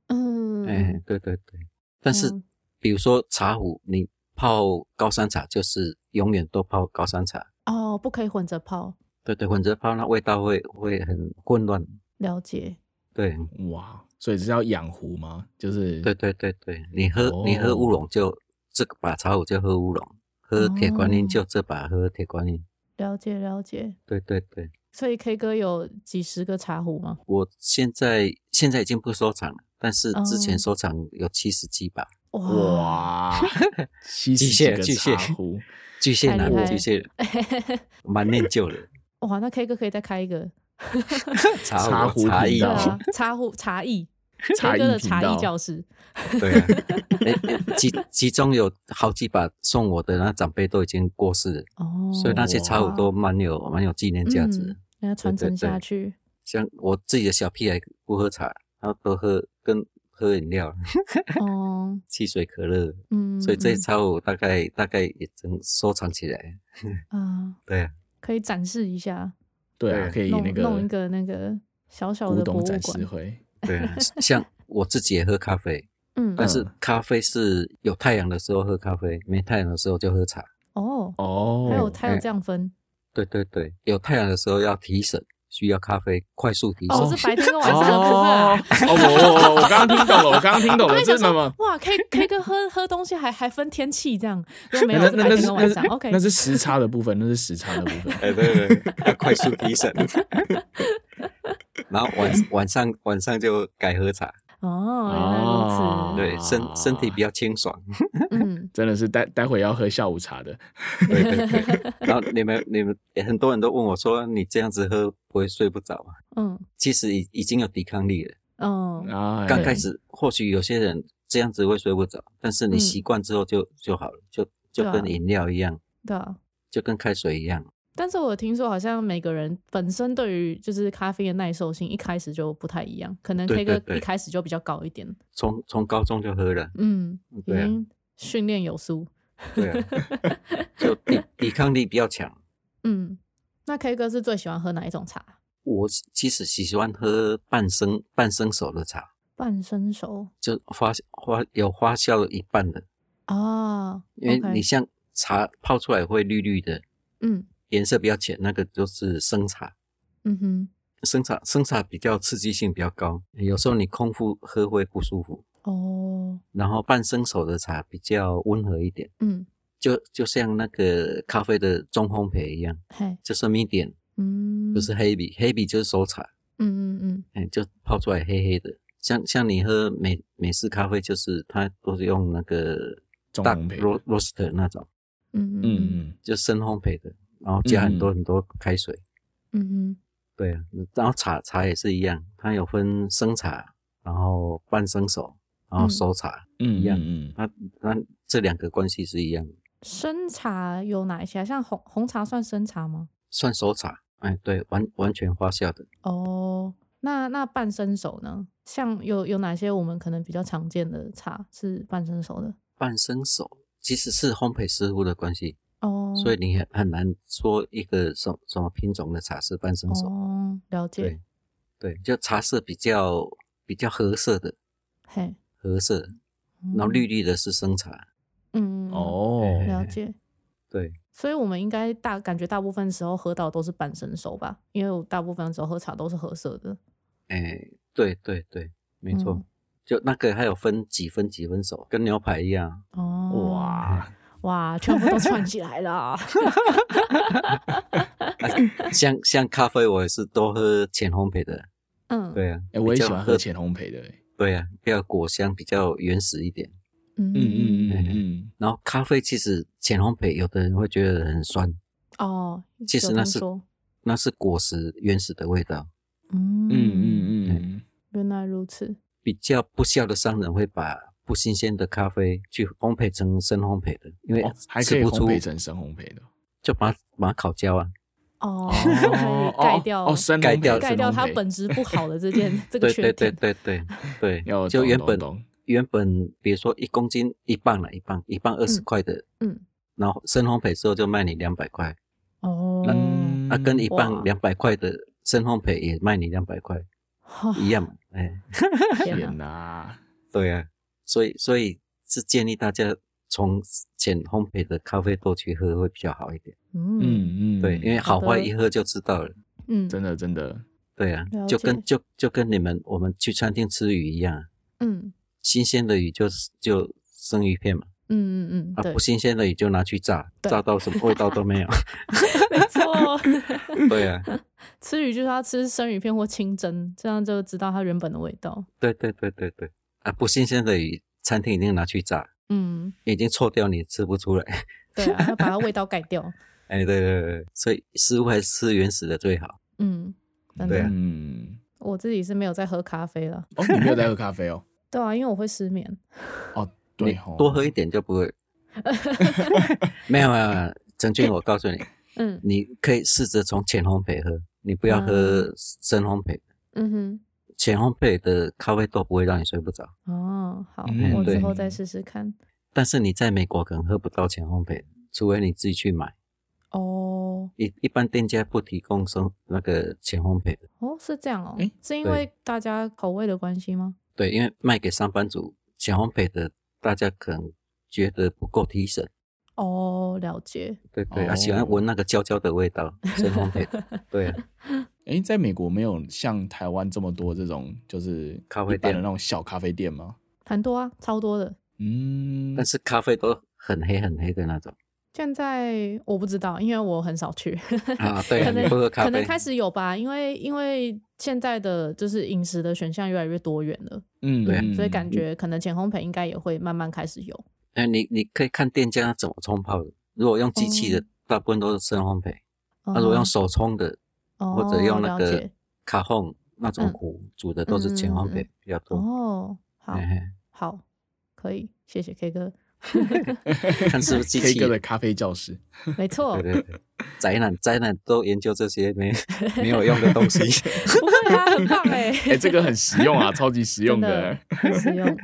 [SPEAKER 4] 嗯，
[SPEAKER 1] 哎、对对对，但是
[SPEAKER 4] 嗯
[SPEAKER 1] 比如说茶壶，你泡高山茶就是永远都泡高山茶，
[SPEAKER 4] 哦，不可以混着泡，
[SPEAKER 1] 对对，混着泡那味道会会很混乱，
[SPEAKER 4] 了解。
[SPEAKER 1] 对，
[SPEAKER 2] 哇，所以是要养壶吗？就是
[SPEAKER 1] 对对对对，你喝、你
[SPEAKER 2] 哦
[SPEAKER 1] 喝乌龙就这个把茶我就喝乌龙，喝铁观音
[SPEAKER 4] 哦
[SPEAKER 1] 就这把喝铁观音。
[SPEAKER 4] 了解了解。
[SPEAKER 1] 对对对，
[SPEAKER 4] 所以 K 哥有几十个茶壶吗？
[SPEAKER 1] 我现在现在已经不收藏了，但是之
[SPEAKER 4] 哦
[SPEAKER 1] 前收藏有七十几把
[SPEAKER 4] 哇， [laughs]
[SPEAKER 2] 哇，七十
[SPEAKER 1] 巨
[SPEAKER 2] 几
[SPEAKER 1] 蟹
[SPEAKER 2] 个
[SPEAKER 1] 巨蟹
[SPEAKER 2] 茶壶，
[SPEAKER 1] 巨蟹
[SPEAKER 4] 太
[SPEAKER 1] 男
[SPEAKER 4] 厉害
[SPEAKER 1] 巨蟹蛮念
[SPEAKER 4] [laughs]
[SPEAKER 1] 旧的
[SPEAKER 4] 哇，那 K 哥可以再开一个，
[SPEAKER 1] 茶
[SPEAKER 2] 茶
[SPEAKER 1] 壶
[SPEAKER 2] 壶
[SPEAKER 1] 茶
[SPEAKER 2] 频
[SPEAKER 1] 艺
[SPEAKER 4] 对
[SPEAKER 2] 道
[SPEAKER 4] 啊，茶壶茶艺
[SPEAKER 2] [laughs] 茶
[SPEAKER 4] ，K
[SPEAKER 2] 艺
[SPEAKER 4] 哥的
[SPEAKER 2] 频
[SPEAKER 4] 茶
[SPEAKER 2] 道
[SPEAKER 4] 艺教室，
[SPEAKER 1] 对啊， [laughs] 诶诶其其中有好几把送我的那长辈都已经过世了，
[SPEAKER 4] 哦，
[SPEAKER 1] 所以那些茶壶都蛮有蛮有纪念价值的。
[SPEAKER 4] 嗯让它传
[SPEAKER 1] 对对
[SPEAKER 4] 承下
[SPEAKER 1] 对
[SPEAKER 4] 去，
[SPEAKER 1] 像我自己的小屁孩不喝茶，然后都喝跟 [laughs] 喝饮料，
[SPEAKER 4] 哦，
[SPEAKER 1] 汽水、可乐，
[SPEAKER 4] 嗯，
[SPEAKER 1] 所以这一
[SPEAKER 4] 嗯
[SPEAKER 1] 招我大概大概也能收藏起来。
[SPEAKER 4] 啊，
[SPEAKER 1] 对啊，
[SPEAKER 4] 可以展示一下，
[SPEAKER 2] 对啊，
[SPEAKER 1] 对
[SPEAKER 2] 可以
[SPEAKER 4] 弄
[SPEAKER 2] 那个
[SPEAKER 4] 弄一个那个小小
[SPEAKER 2] 古
[SPEAKER 4] 的博
[SPEAKER 2] 董
[SPEAKER 4] 物
[SPEAKER 2] 展示
[SPEAKER 4] 馆，
[SPEAKER 2] 会，
[SPEAKER 1] 对
[SPEAKER 4] [laughs]
[SPEAKER 1] 啊，像我自己也喝咖啡，
[SPEAKER 4] 嗯，
[SPEAKER 1] 但是
[SPEAKER 2] 嗯
[SPEAKER 1] 咖啡是有太阳的时候喝咖啡，没太阳的时候就喝茶。
[SPEAKER 4] 哦，
[SPEAKER 2] 哦，
[SPEAKER 4] 还有还有
[SPEAKER 1] 哎
[SPEAKER 4] 这样分，
[SPEAKER 1] 对对对，有太阳的时候要提神，需要咖啡快速提神。
[SPEAKER 4] 哦，是白天跟晚上的部分
[SPEAKER 2] 哦
[SPEAKER 4] 啊。， [laughs]
[SPEAKER 2] 哦我我我刚刚听懂了，我刚刚听懂
[SPEAKER 4] 我
[SPEAKER 2] 了，
[SPEAKER 4] 还想
[SPEAKER 2] 这是什
[SPEAKER 4] 说
[SPEAKER 2] 么？，
[SPEAKER 4] 哇，K K 哥喝 [laughs] 喝东西还还分天气这样，如果没
[SPEAKER 2] 那
[SPEAKER 4] 有
[SPEAKER 2] 那
[SPEAKER 4] 是
[SPEAKER 2] 那
[SPEAKER 4] 白
[SPEAKER 2] 那
[SPEAKER 4] 天
[SPEAKER 2] 是
[SPEAKER 4] 跟晚
[SPEAKER 2] 那
[SPEAKER 4] 上
[SPEAKER 2] 是
[SPEAKER 4] ，OK，
[SPEAKER 2] 那是时差的部分，那是时差的部分。
[SPEAKER 1] 哎，对对，对要快速提
[SPEAKER 4] [laughs]
[SPEAKER 1] 神。然后晚晚上晚上就改喝茶，
[SPEAKER 4] 哦，原来如
[SPEAKER 2] 哦
[SPEAKER 1] 对身身体比较清爽。
[SPEAKER 4] 此，嗯，
[SPEAKER 2] 真的是待待会要喝下午茶的，
[SPEAKER 1] 对对
[SPEAKER 4] [laughs]
[SPEAKER 1] 对。然后你们你们也很多人都问我说，你这样子喝不会睡不着吗？
[SPEAKER 4] 嗯
[SPEAKER 1] 其实已已经有抵抗力了。
[SPEAKER 4] 嗯
[SPEAKER 2] 啊，
[SPEAKER 1] 哦刚开始或许有些人这样子会睡不着，但是你
[SPEAKER 4] 嗯
[SPEAKER 1] 习惯之后就就好了，就就
[SPEAKER 4] 对啊
[SPEAKER 1] 跟饮料一样，
[SPEAKER 4] 对啊。
[SPEAKER 1] 就跟开水一样。
[SPEAKER 4] 但是我听说，好像每个人本身对于就是咖啡的耐受性一开始就不太一样，可能
[SPEAKER 1] 对
[SPEAKER 4] K
[SPEAKER 1] 对
[SPEAKER 4] 哥
[SPEAKER 1] 对
[SPEAKER 4] 一开始就比较高一点，
[SPEAKER 1] 从从高中就喝了，
[SPEAKER 4] 嗯，已
[SPEAKER 1] 对啊
[SPEAKER 4] 经训练有素，
[SPEAKER 1] 对
[SPEAKER 4] [laughs]
[SPEAKER 1] 啊，就抵抵抗力比较强。
[SPEAKER 4] 嗯。那 K 哥是最喜欢喝哪一种茶？
[SPEAKER 1] 我其实喜欢喝半生半生熟的茶，
[SPEAKER 4] 半生熟
[SPEAKER 1] 就发花有花销一半的，
[SPEAKER 4] 啊，
[SPEAKER 1] 因为
[SPEAKER 4] OK
[SPEAKER 1] 你像茶泡出来会绿绿的，
[SPEAKER 4] 嗯
[SPEAKER 1] 颜色比较浅，那个就是生茶。
[SPEAKER 4] 嗯哼，
[SPEAKER 1] 生茶生茶比较刺激性比较高，有时候你空腹喝会不舒服。
[SPEAKER 4] 哦，
[SPEAKER 1] 然后半生熟的茶比较温和一点，
[SPEAKER 4] 嗯，
[SPEAKER 1] 就就像那个咖啡的中烘焙一样，
[SPEAKER 4] 嘿，
[SPEAKER 1] 就是 medium，
[SPEAKER 4] 嗯，
[SPEAKER 1] 就是黑笔，黑笔就是熟茶，
[SPEAKER 4] 嗯嗯嗯，
[SPEAKER 1] 哎，就泡出来黑黑的。像像你喝美美式咖啡，就是它都是用那个
[SPEAKER 2] 中
[SPEAKER 1] 大
[SPEAKER 2] 烘焙
[SPEAKER 1] ro roaster 那种，
[SPEAKER 4] 嗯嗯
[SPEAKER 2] 嗯，
[SPEAKER 1] 就深烘焙的，然后加很多很多开水。
[SPEAKER 4] 嗯
[SPEAKER 1] 对啊，然后茶茶也是一样，它有分生茶，然后半生熟，然后
[SPEAKER 4] 嗯
[SPEAKER 1] 熟茶，
[SPEAKER 2] 嗯
[SPEAKER 1] 一样
[SPEAKER 2] 嗯
[SPEAKER 1] 它那这两个关系是一样的。
[SPEAKER 4] 生茶有哪一些啊？像红红茶算生茶吗？
[SPEAKER 1] 算熟茶，哎，对，完完全发酵的。
[SPEAKER 4] 哦，那那半生熟呢？像有有哪些我们可能比较常见的茶是半生熟的？
[SPEAKER 1] 半生熟其实是烘焙师傅的关系，
[SPEAKER 4] 哦，
[SPEAKER 1] 所以你很很难说一个什什么品种的茶是半生熟。
[SPEAKER 4] 哦，了解
[SPEAKER 1] 对，对，就茶色比较比较褐色的，
[SPEAKER 4] 嘿，
[SPEAKER 1] 褐色，然后
[SPEAKER 4] 嗯
[SPEAKER 1] 绿，绿的是生茶。
[SPEAKER 4] 嗯，嗯
[SPEAKER 2] 嗯，
[SPEAKER 4] 嗯，
[SPEAKER 2] 哦，
[SPEAKER 4] 了解。
[SPEAKER 1] 对，
[SPEAKER 4] 所以我们应该大感觉大部分时候喝到都是半生熟吧，因为我大部分时候喝茶都是褐色的。
[SPEAKER 1] 哎，对对对，没错。
[SPEAKER 4] 嗯
[SPEAKER 1] 就那个还有分几分几分熟，跟牛排一样。 [laughs]
[SPEAKER 4] 哦，
[SPEAKER 1] 嗯
[SPEAKER 2] 哇，
[SPEAKER 4] 哇，全部都串起来了。
[SPEAKER 1] 啊、像像咖啡，我也是多喝浅烘焙的。
[SPEAKER 4] [laughs] 嗯，
[SPEAKER 1] 对啊，
[SPEAKER 2] 哎，我
[SPEAKER 1] 比
[SPEAKER 2] 也
[SPEAKER 1] 较
[SPEAKER 2] 喜欢喝浅烘焙的，哎
[SPEAKER 1] 对啊，比较果香，比较原始一点。
[SPEAKER 4] 嗯
[SPEAKER 2] 嗯嗯嗯嗯，
[SPEAKER 1] 然后咖啡其实浅烘焙，有的人会觉得很酸，
[SPEAKER 4] 哦，
[SPEAKER 1] 其
[SPEAKER 4] 有
[SPEAKER 1] 实那
[SPEAKER 4] 听
[SPEAKER 1] 是
[SPEAKER 4] 说
[SPEAKER 1] 那是果实原始的味道。
[SPEAKER 4] 嗯
[SPEAKER 2] 嗯嗯嗯，
[SPEAKER 4] 原来如此，
[SPEAKER 1] 比较不孝的商人会把不新鲜的咖啡去烘焙成深烘焙的，因为
[SPEAKER 2] 哦，还可
[SPEAKER 1] 吃
[SPEAKER 2] 以
[SPEAKER 1] 不
[SPEAKER 2] 烘
[SPEAKER 1] 出，
[SPEAKER 2] 焙成深烘
[SPEAKER 1] [laughs]
[SPEAKER 2] 焙的，
[SPEAKER 1] 就把它把它烤焦啊。
[SPEAKER 4] [laughs] 哦，就
[SPEAKER 2] 哦
[SPEAKER 4] 可以盖掉
[SPEAKER 2] 哦，深
[SPEAKER 1] 盖
[SPEAKER 2] 烘
[SPEAKER 1] 掉
[SPEAKER 2] 焙
[SPEAKER 4] 盖
[SPEAKER 2] 深
[SPEAKER 4] 掉
[SPEAKER 2] 烘
[SPEAKER 4] 它
[SPEAKER 2] 焙
[SPEAKER 4] 本质不好的
[SPEAKER 1] [laughs]
[SPEAKER 4] 这件这个
[SPEAKER 1] 对
[SPEAKER 4] 缺
[SPEAKER 1] 对对
[SPEAKER 4] 点，
[SPEAKER 1] 对对
[SPEAKER 2] [laughs]
[SPEAKER 1] 对，
[SPEAKER 2] 要
[SPEAKER 1] 就
[SPEAKER 2] 懂
[SPEAKER 1] 原
[SPEAKER 2] 懂
[SPEAKER 1] 本
[SPEAKER 2] 懂
[SPEAKER 1] 原本比如说一公斤一磅了，一磅一磅二十
[SPEAKER 4] 嗯
[SPEAKER 1] 块的，
[SPEAKER 4] 嗯，
[SPEAKER 1] 然后深烘焙之后就卖你两百块，
[SPEAKER 4] 哦，
[SPEAKER 2] 嗯
[SPEAKER 1] 啊，跟一
[SPEAKER 4] 哇
[SPEAKER 1] 磅两百块的深烘焙也卖你两百块
[SPEAKER 4] 哈
[SPEAKER 1] 一样嘛，哎。
[SPEAKER 4] 天哪
[SPEAKER 2] 天哪，
[SPEAKER 1] 对啊，所以所以是建议大家从浅烘焙的咖啡豆去喝会比较好一点。
[SPEAKER 4] 嗯
[SPEAKER 2] 嗯嗯，
[SPEAKER 1] 对，因为
[SPEAKER 4] 好
[SPEAKER 1] 好
[SPEAKER 4] 的
[SPEAKER 1] 坏一喝就知道了。
[SPEAKER 4] 嗯
[SPEAKER 2] 真的真的，
[SPEAKER 1] 对啊
[SPEAKER 4] 了，
[SPEAKER 1] 就跟
[SPEAKER 4] 解
[SPEAKER 1] 就就跟你们我们去餐厅吃鱼一样啊，
[SPEAKER 4] 嗯
[SPEAKER 1] 新鲜的鱼就是就生鱼片嘛，
[SPEAKER 4] 嗯嗯嗯，
[SPEAKER 1] 啊
[SPEAKER 4] 对
[SPEAKER 1] 不，新鲜的鱼就拿去炸，
[SPEAKER 4] 对
[SPEAKER 1] 炸到什么味道都没有。
[SPEAKER 4] [laughs] 没错， [laughs]
[SPEAKER 1] 对啊，
[SPEAKER 4] 吃鱼就是要吃生鱼片或清蒸，这样就知道它原本的味道。
[SPEAKER 1] 对对对对对，啊不新鲜的鱼餐厅一定拿去炸，
[SPEAKER 4] 嗯，
[SPEAKER 1] 已经臭掉你吃不出来。 [laughs]
[SPEAKER 4] 对啊，要把它味道盖掉。
[SPEAKER 1] 哎，对对对，对所以食物还是吃原始的最好。
[SPEAKER 4] 嗯，真
[SPEAKER 1] 对啊
[SPEAKER 4] 的，
[SPEAKER 2] 嗯，
[SPEAKER 4] 我自己是没有在喝咖啡了。
[SPEAKER 2] 哦，你没有在喝咖啡哦，
[SPEAKER 4] 对啊，因为我会失眠。
[SPEAKER 2] 哦，
[SPEAKER 1] [laughs] 你
[SPEAKER 2] 对哦，
[SPEAKER 1] 多喝一点就不
[SPEAKER 4] [laughs]
[SPEAKER 1] 会。没有没有，没有陈俊，我告诉你，
[SPEAKER 4] 嗯嗯
[SPEAKER 1] 你可以试着从浅烘焙喝，你不要喝深烘焙，
[SPEAKER 4] 嗯哼，
[SPEAKER 1] 前烘焙的咖啡豆不会让你睡不着，
[SPEAKER 4] 哦，好，
[SPEAKER 2] 嗯
[SPEAKER 4] 我之
[SPEAKER 1] 对
[SPEAKER 4] 后再试试看。
[SPEAKER 1] 但是你在美国可能喝不到前烘焙，除非你自己去买。
[SPEAKER 4] 哦，
[SPEAKER 1] 一一般店家不提供生那个前烘焙的，
[SPEAKER 4] 哦，是这样哦
[SPEAKER 2] 诶，
[SPEAKER 4] 是因
[SPEAKER 1] 对
[SPEAKER 4] 为大家口味的关系吗？
[SPEAKER 1] 对，因为卖给上班族前烘焙的，大家可能觉得不够提神，
[SPEAKER 4] 哦，了解。
[SPEAKER 1] 对对，
[SPEAKER 2] 哦
[SPEAKER 1] 啊，喜欢闻那个焦焦的味道，生烘焙
[SPEAKER 4] [laughs]
[SPEAKER 1] 的，对啊，
[SPEAKER 2] 哎，在美国没有像台湾这么多这种就是
[SPEAKER 1] 咖啡
[SPEAKER 2] 一般的
[SPEAKER 1] 店
[SPEAKER 2] 那种小咖啡店吗？
[SPEAKER 4] 很多啊，超多的。
[SPEAKER 2] 嗯，
[SPEAKER 1] 但是咖啡都很黑很黑的那
[SPEAKER 4] [laughs]
[SPEAKER 1] 种
[SPEAKER 4] 现在我不知道，因为我很少去，
[SPEAKER 1] 啊，对啊，
[SPEAKER 4] 可
[SPEAKER 1] 你
[SPEAKER 4] 能
[SPEAKER 1] 不喝咖
[SPEAKER 4] 可
[SPEAKER 1] 啡，
[SPEAKER 4] 能开始有吧，因为因为现在的就是饮食的选项越来越多元了，
[SPEAKER 2] 嗯，
[SPEAKER 1] 对啊
[SPEAKER 2] 嗯
[SPEAKER 4] 所以感觉可能前烘焙应该也会慢慢开始有。
[SPEAKER 1] 哎，你你可以看店家怎么冲泡的。如果用机器的，
[SPEAKER 4] 哦
[SPEAKER 1] 大部分都是深烘焙；
[SPEAKER 4] 嗯
[SPEAKER 1] 啊那如果用手冲的，或者用那
[SPEAKER 4] 哦了
[SPEAKER 1] 个
[SPEAKER 4] 解
[SPEAKER 1] 卡烘那种
[SPEAKER 4] 嗯
[SPEAKER 1] 壶煮的，都是浅烘
[SPEAKER 4] 嗯嗯
[SPEAKER 1] 焙比较多。
[SPEAKER 4] 哦，好
[SPEAKER 1] 嘿嘿
[SPEAKER 4] 好，可以，谢谢 K 哥，
[SPEAKER 1] 看是不是机
[SPEAKER 2] K
[SPEAKER 1] 器
[SPEAKER 2] 哥的咖啡教室，
[SPEAKER 4] 没错
[SPEAKER 1] 对，对对，宅男宅男都研究这些
[SPEAKER 4] [laughs]
[SPEAKER 1] 没没有用的东西。
[SPEAKER 4] 不会啊，很棒哎、
[SPEAKER 2] 哎，这个很实
[SPEAKER 4] [laughs]
[SPEAKER 2] 用啊，超级实用
[SPEAKER 4] 真
[SPEAKER 2] 的
[SPEAKER 4] 的。 [laughs] 很实
[SPEAKER 1] [laughs]
[SPEAKER 4] 用。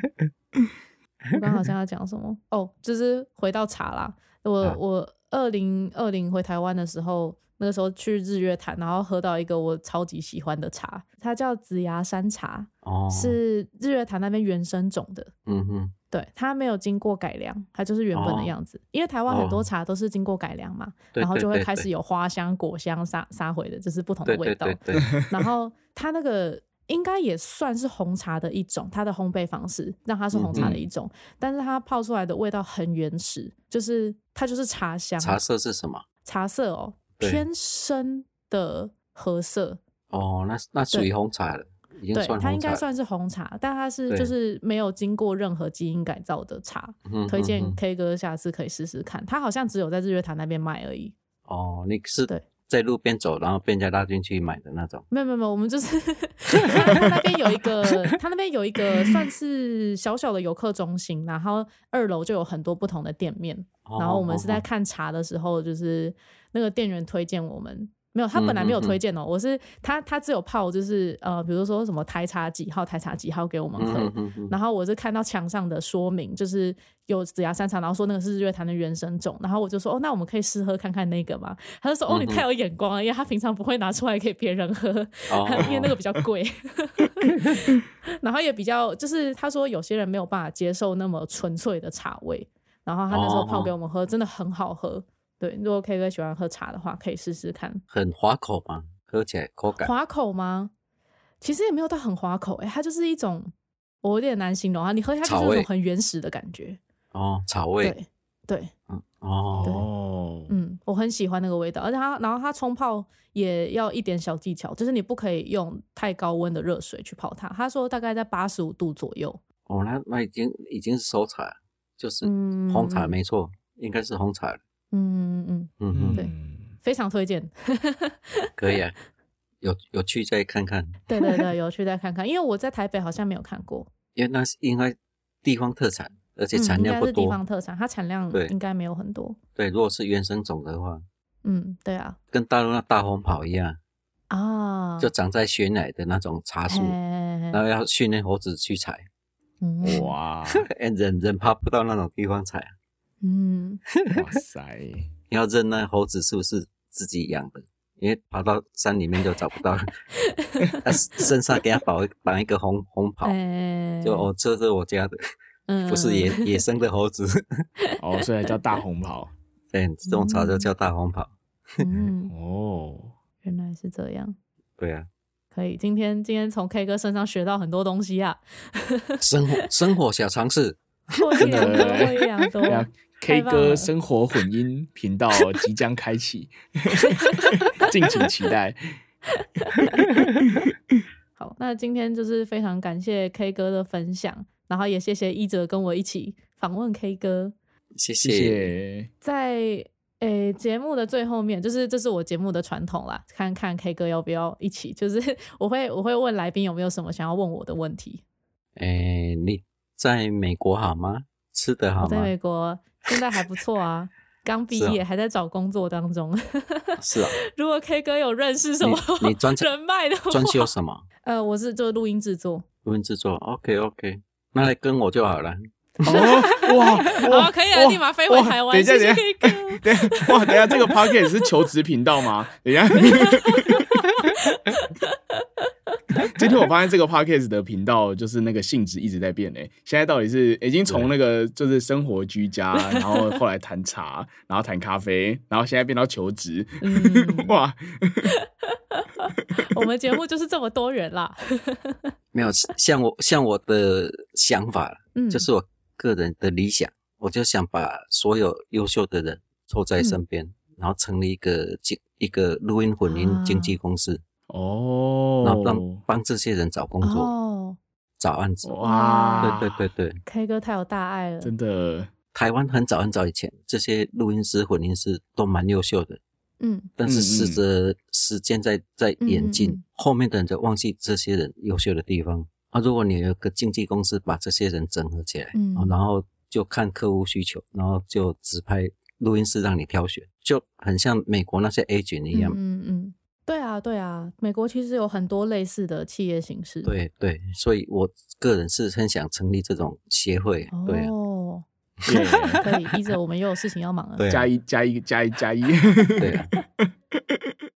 [SPEAKER 4] 我刚好像要讲什么哦，就是回到茶啦。我、
[SPEAKER 1] 啊
[SPEAKER 4] 我二零二零回台湾的时候，那个时候去日月潭，然后喝到一个我超级喜欢的茶，它叫紫芽山茶，
[SPEAKER 1] 哦，，
[SPEAKER 4] 是日月潭那边原生种的。
[SPEAKER 1] 嗯哼，
[SPEAKER 4] 对，它没有经过改良，它就是原本的
[SPEAKER 1] 哦
[SPEAKER 4] 样子。因为台湾很多
[SPEAKER 1] 哦
[SPEAKER 4] 茶都是经过改良嘛，
[SPEAKER 1] 对
[SPEAKER 4] 然后
[SPEAKER 1] 对
[SPEAKER 4] 就会
[SPEAKER 1] 对
[SPEAKER 4] 开始
[SPEAKER 1] 对
[SPEAKER 4] 有花香、果香、沙沙回的，就是不同的
[SPEAKER 1] 对对
[SPEAKER 4] 味道。
[SPEAKER 1] 对对， [laughs]
[SPEAKER 4] 然后它那个应该也算是红茶的一种，它的烘焙方式让
[SPEAKER 1] 嗯
[SPEAKER 4] 它是红茶的一种，但是它泡出来的味道很原始，就是它就是茶香，
[SPEAKER 1] 茶色是什么？
[SPEAKER 4] 茶色哦，
[SPEAKER 1] 对
[SPEAKER 4] 偏深的褐色，
[SPEAKER 1] 哦，那那属于红茶了，已经
[SPEAKER 4] 对，
[SPEAKER 1] 算
[SPEAKER 4] 它应
[SPEAKER 1] 红茶
[SPEAKER 4] 该
[SPEAKER 1] 了。
[SPEAKER 4] 算是红茶，但它是
[SPEAKER 1] 对
[SPEAKER 4] 就是没有经过任何基因改造的茶，
[SPEAKER 1] 嗯
[SPEAKER 4] 推荐
[SPEAKER 1] 嗯嗯
[SPEAKER 4] K 哥下次可以试试看，它好像只有在日月潭那边卖而已。
[SPEAKER 1] 哦，你是
[SPEAKER 4] 对
[SPEAKER 1] 在路边走，然后被人家拉进去买的那种。
[SPEAKER 4] 没有没有，没有，我们就是 [laughs] 他他那边有一个， [laughs] 他那边有一个算是小小的游客中心，然后二楼就有很多不同的店面，
[SPEAKER 1] 哦
[SPEAKER 4] 然后我们是在
[SPEAKER 1] 哦
[SPEAKER 4] 看茶的时候，就是那个店员推荐我们。没有，他
[SPEAKER 1] 嗯
[SPEAKER 4] 本来没有
[SPEAKER 1] 嗯嗯
[SPEAKER 4] 推荐哦，我是他，他只有泡，就是呃，比如说什么台茶几号、台茶几号给我们
[SPEAKER 1] 哦
[SPEAKER 4] 喝，
[SPEAKER 1] 嗯嗯嗯
[SPEAKER 4] 然后我是看到墙上的说明，就是有紫芽山茶，然后说那个是日月潭的原生种，然后我就说哦，那我们可以试喝看看那个嘛。他就说哦，你
[SPEAKER 1] 嗯哼
[SPEAKER 4] 太有眼光了，因为他平常不会拿出来给别人喝，
[SPEAKER 1] 哦
[SPEAKER 4] [laughs] 因为那个比较贵，然后也比较就是他说有些人没有办法接受那么纯粹的茶味，然后他那时候泡
[SPEAKER 1] 哦
[SPEAKER 4] 给我们喝，真的很好喝。对，如果 K 哥喜欢喝茶的话，可以试试看。
[SPEAKER 1] 很滑口嘛，喝起来口感。
[SPEAKER 4] 滑口吗？其实也没有到很滑口、欸，它就是一种我有点难形容啊。你喝下去就是
[SPEAKER 1] 草
[SPEAKER 4] 一
[SPEAKER 1] 味
[SPEAKER 4] 种很原始的感觉，
[SPEAKER 1] 哦，草味，
[SPEAKER 4] 对对，
[SPEAKER 1] 嗯，哦，
[SPEAKER 2] 哦，
[SPEAKER 4] 嗯，我很喜欢那个味道，而且它然后它冲泡也要一点小技巧，就是你不可以用太高温的热水去泡它。他说大概在八十五度左右，
[SPEAKER 1] 哦，那那已经已经是熟茶，就是
[SPEAKER 4] 嗯
[SPEAKER 1] 红茶，没错，应该是红茶了。
[SPEAKER 4] 嗯嗯嗯，
[SPEAKER 1] 嗯
[SPEAKER 4] 对
[SPEAKER 1] 嗯，
[SPEAKER 4] 非常推荐。
[SPEAKER 1] 可以啊，有有去再看看，
[SPEAKER 4] 对对对，有去再看看，因为我在台北好像没有看过，
[SPEAKER 1] 因为那是应该地方特产，而且
[SPEAKER 4] 嗯
[SPEAKER 1] 产
[SPEAKER 4] 应
[SPEAKER 1] 量
[SPEAKER 4] 该
[SPEAKER 1] 不
[SPEAKER 4] 是地
[SPEAKER 1] 多。
[SPEAKER 4] 方特产，它产量
[SPEAKER 1] 对
[SPEAKER 4] 应该没有很多。
[SPEAKER 1] 对，如果是原生种的话，
[SPEAKER 4] 嗯，对啊，
[SPEAKER 1] 跟大陆那大红袍一样，
[SPEAKER 4] 啊，
[SPEAKER 1] 就长在悬崖的那种茶树，
[SPEAKER 4] 嘿
[SPEAKER 1] 然后要训练猴子去采，
[SPEAKER 4] 嗯
[SPEAKER 2] 哇
[SPEAKER 1] 哎人人爬不到那种地方采，
[SPEAKER 4] 嗯，
[SPEAKER 2] 哇塞，
[SPEAKER 1] 要认那猴子是不是自己养的。因为爬到山里面就找不
[SPEAKER 4] [laughs]
[SPEAKER 1] 到了，啊、身上给它绑一绑一个红红袍，
[SPEAKER 4] 哎
[SPEAKER 1] 就哦，这是我家的，不是野
[SPEAKER 4] 嗯
[SPEAKER 1] 野生的猴子。 [laughs]
[SPEAKER 2] 哦，所以叫大红袍
[SPEAKER 1] 对，这种草就叫大红袍。
[SPEAKER 4] 嗯，
[SPEAKER 2] 哦。
[SPEAKER 4] 原来是这样。
[SPEAKER 1] 对啊，
[SPEAKER 4] 可以，今天今天从 K 哥身上学到很多东西啊，
[SPEAKER 1] 生活生活小常识。
[SPEAKER 4] 获益良多，
[SPEAKER 2] 对
[SPEAKER 4] 获益良多
[SPEAKER 2] 对。啊
[SPEAKER 4] 太
[SPEAKER 2] ，K
[SPEAKER 4] 棒了
[SPEAKER 2] 歌生活混音频道即将开
[SPEAKER 4] [laughs]
[SPEAKER 2] 启，敬请期待。
[SPEAKER 4] 好，那今天就是非常感谢 K 哥的分享，然后也谢谢一哲跟我一起访问 K 哥。
[SPEAKER 1] 谢
[SPEAKER 2] 谢谢，
[SPEAKER 4] 在诶节目的最后面，就是这是我节目的传统啦，看看 K 哥要不要一起，就是 [laughs] 我会我会问来宾有没有什么想要问我的问题。
[SPEAKER 1] 哎，你在美国好吗？吃得好
[SPEAKER 4] 我在
[SPEAKER 1] 吗？
[SPEAKER 4] 美国现在还不错啊，刚毕
[SPEAKER 1] 是啊
[SPEAKER 4] 业还在找工作当中。 [laughs]
[SPEAKER 1] 是啊，
[SPEAKER 4] 如果 K 哥有认识什么
[SPEAKER 1] 你你
[SPEAKER 4] [laughs]
[SPEAKER 1] 专
[SPEAKER 4] 人脉的话，
[SPEAKER 1] 专修什么？
[SPEAKER 4] 呃，我是做录音制作，
[SPEAKER 1] 录音制作，OK OK，那来跟我就好了。
[SPEAKER 2] 哦哇
[SPEAKER 3] 好
[SPEAKER 2] 哇，
[SPEAKER 3] 啊，可以了，
[SPEAKER 2] 哇
[SPEAKER 3] 立马飞回
[SPEAKER 2] 哇
[SPEAKER 3] 台湾。
[SPEAKER 2] 等一下，
[SPEAKER 3] 谢谢 K
[SPEAKER 2] 等一下
[SPEAKER 3] 哥。，
[SPEAKER 2] 等一下哇，等一下，这个 p o c k e t 是求职频道吗？等一下， [laughs] 今天我发现这个 p o c k e t 的频道就是那个性质一直在变诶、现在到底是已经从那个就是生活居家，然后后来谈茶， [laughs] 然后谈咖啡，然后现在变到求职，，
[SPEAKER 4] 嗯
[SPEAKER 2] 哇，
[SPEAKER 4] 我们节目就是这么多人啦。
[SPEAKER 1] 没有像我像我的想法，
[SPEAKER 4] 嗯，
[SPEAKER 1] 就是我个人的理想，我就想把所有优秀的人凑在
[SPEAKER 4] 嗯
[SPEAKER 1] 身边，然后成立一个经一个录音混音
[SPEAKER 4] 啊
[SPEAKER 1] 经纪公司，然
[SPEAKER 2] 哦
[SPEAKER 1] 后让帮这些人找工作、
[SPEAKER 4] 哦
[SPEAKER 1] 找案子。
[SPEAKER 2] 哇，
[SPEAKER 1] 对对对对，
[SPEAKER 4] ，K 哥太有大爱了，
[SPEAKER 2] 真的，
[SPEAKER 1] 台湾很早很早以前，这些录音师、混音师都蛮优秀的，
[SPEAKER 4] 嗯
[SPEAKER 1] 但
[SPEAKER 2] 嗯
[SPEAKER 1] 是
[SPEAKER 2] 嗯
[SPEAKER 1] 随着时间在在演进，
[SPEAKER 4] 嗯嗯嗯
[SPEAKER 1] 后面的人就忘记这些人优秀的地方。啊，如果你有个经纪公司把这些人整合起来，
[SPEAKER 4] 嗯
[SPEAKER 1] 啊然后就看客户需求，然后就指派录音师让你挑选，就很像美国那些 agent 一
[SPEAKER 4] 嗯
[SPEAKER 1] 样。
[SPEAKER 4] 嗯嗯，对啊对啊，美国其实有很多类似的企业形式。，
[SPEAKER 1] 对对，所以我个人是很想成立这种协会。对啊、
[SPEAKER 4] 哦，
[SPEAKER 1] [laughs]
[SPEAKER 2] 耶
[SPEAKER 4] 可以，依着我们又有事情要忙了。
[SPEAKER 1] 对啊
[SPEAKER 2] 加一加一加一加一，
[SPEAKER 1] [laughs] 对啊。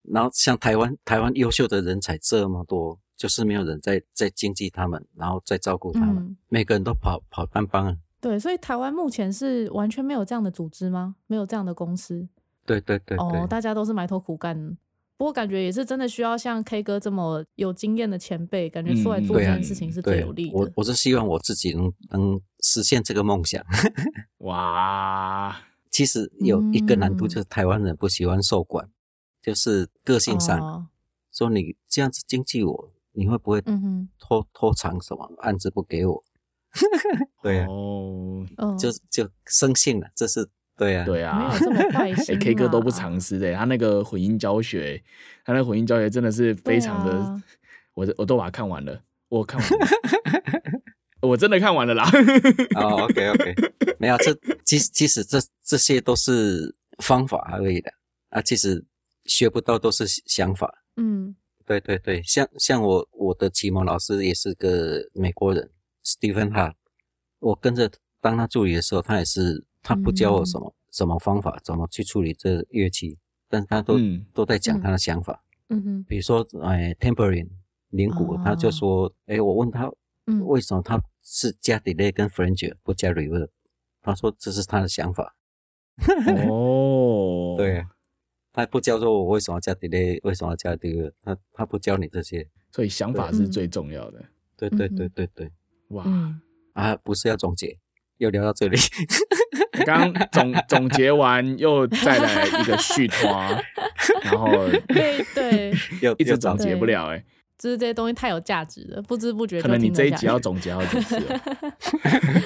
[SPEAKER 1] 然后像台湾，台湾优秀的人才这么多，就是没有人在在经济他们，然后再照顾他们，
[SPEAKER 4] 嗯
[SPEAKER 1] 每个人都跑跑单帮啊。
[SPEAKER 4] 对，所以台湾目前是完全没有这样的组织吗？没有这样的公司？
[SPEAKER 1] 对对对对，
[SPEAKER 4] 哦，大家都是埋头苦干。不过感觉也是真的需要像 K 哥这么有经验的前辈，感觉出来
[SPEAKER 2] 嗯
[SPEAKER 4] 做这
[SPEAKER 1] 对啊
[SPEAKER 4] 件事情是最
[SPEAKER 1] 对
[SPEAKER 4] 有利的。
[SPEAKER 1] 我我是希望我自己能能实现这个梦想。 [laughs]
[SPEAKER 2] 哇，
[SPEAKER 1] 其实有一个难度
[SPEAKER 4] 嗯
[SPEAKER 1] 就是台湾人不喜欢受管，就是个性上、
[SPEAKER 4] 哦
[SPEAKER 1] 说你这样子经济我，你会不会
[SPEAKER 4] 嗯哼，
[SPEAKER 1] 拖、拖长什么案子不给我？ [laughs] 对啊，
[SPEAKER 2] 哦，
[SPEAKER 4] 嗯，
[SPEAKER 1] 就就生性了，这是对啊， [laughs]
[SPEAKER 2] 对啊，
[SPEAKER 4] 没有这么啊坏心
[SPEAKER 2] 哎、k 哥都不
[SPEAKER 4] 啦
[SPEAKER 2] 藏私的、他那个混音教学，他那个混音教学真的是非常的，
[SPEAKER 4] 对啊
[SPEAKER 2] 我我都把它看完了，我看完了，
[SPEAKER 4] [laughs]
[SPEAKER 2] 我真的看完了啦。
[SPEAKER 1] 哦，OK OK，没有这其实其实这这些都是方法而已的啊，其实学不到都是想法。
[SPEAKER 4] 嗯
[SPEAKER 1] 对对对，像像我我的启蒙老师也是个美国人，Stephen Hart。我跟着当他助理的时候，他也是他不教
[SPEAKER 4] 嗯
[SPEAKER 1] 我什么、什么方法，怎么去处理这乐器，但他都、
[SPEAKER 2] 嗯
[SPEAKER 1] 都在讲他的想法。
[SPEAKER 4] 嗯哼
[SPEAKER 1] 比如说，哎，temporin 铃鼓，
[SPEAKER 4] 哦
[SPEAKER 1] 他就说，哎，我问他
[SPEAKER 4] 嗯，
[SPEAKER 1] 为什么他是加 delay 跟 flanger 不加 reverb，他说这是他的想法。
[SPEAKER 2] [laughs]
[SPEAKER 1] [laughs]
[SPEAKER 2] 哦，
[SPEAKER 1] 对，啊他不教说我为什么要加 delay，为什么要加 reverb，他他不教你这些。
[SPEAKER 2] 所以想法是最重要的。
[SPEAKER 1] 对对
[SPEAKER 4] 嗯哼
[SPEAKER 1] 对对对。
[SPEAKER 2] 哇，
[SPEAKER 4] 嗯
[SPEAKER 1] 啊，不是要总结，又聊到这里。 [laughs]
[SPEAKER 2] 刚刚总总结完，又再来一个续拖，
[SPEAKER 1] [laughs]
[SPEAKER 2] 然后
[SPEAKER 4] 对对，
[SPEAKER 1] 又
[SPEAKER 2] 一直
[SPEAKER 1] 又找
[SPEAKER 2] 总结不了、哎，
[SPEAKER 4] 就是这些东西太有价值了，不知不觉
[SPEAKER 2] 可
[SPEAKER 4] 就
[SPEAKER 2] 能你
[SPEAKER 4] 听得
[SPEAKER 2] 这一
[SPEAKER 4] 下
[SPEAKER 2] 集要
[SPEAKER 4] 去
[SPEAKER 2] 总结好几次、
[SPEAKER 1] [laughs]
[SPEAKER 2] 哦。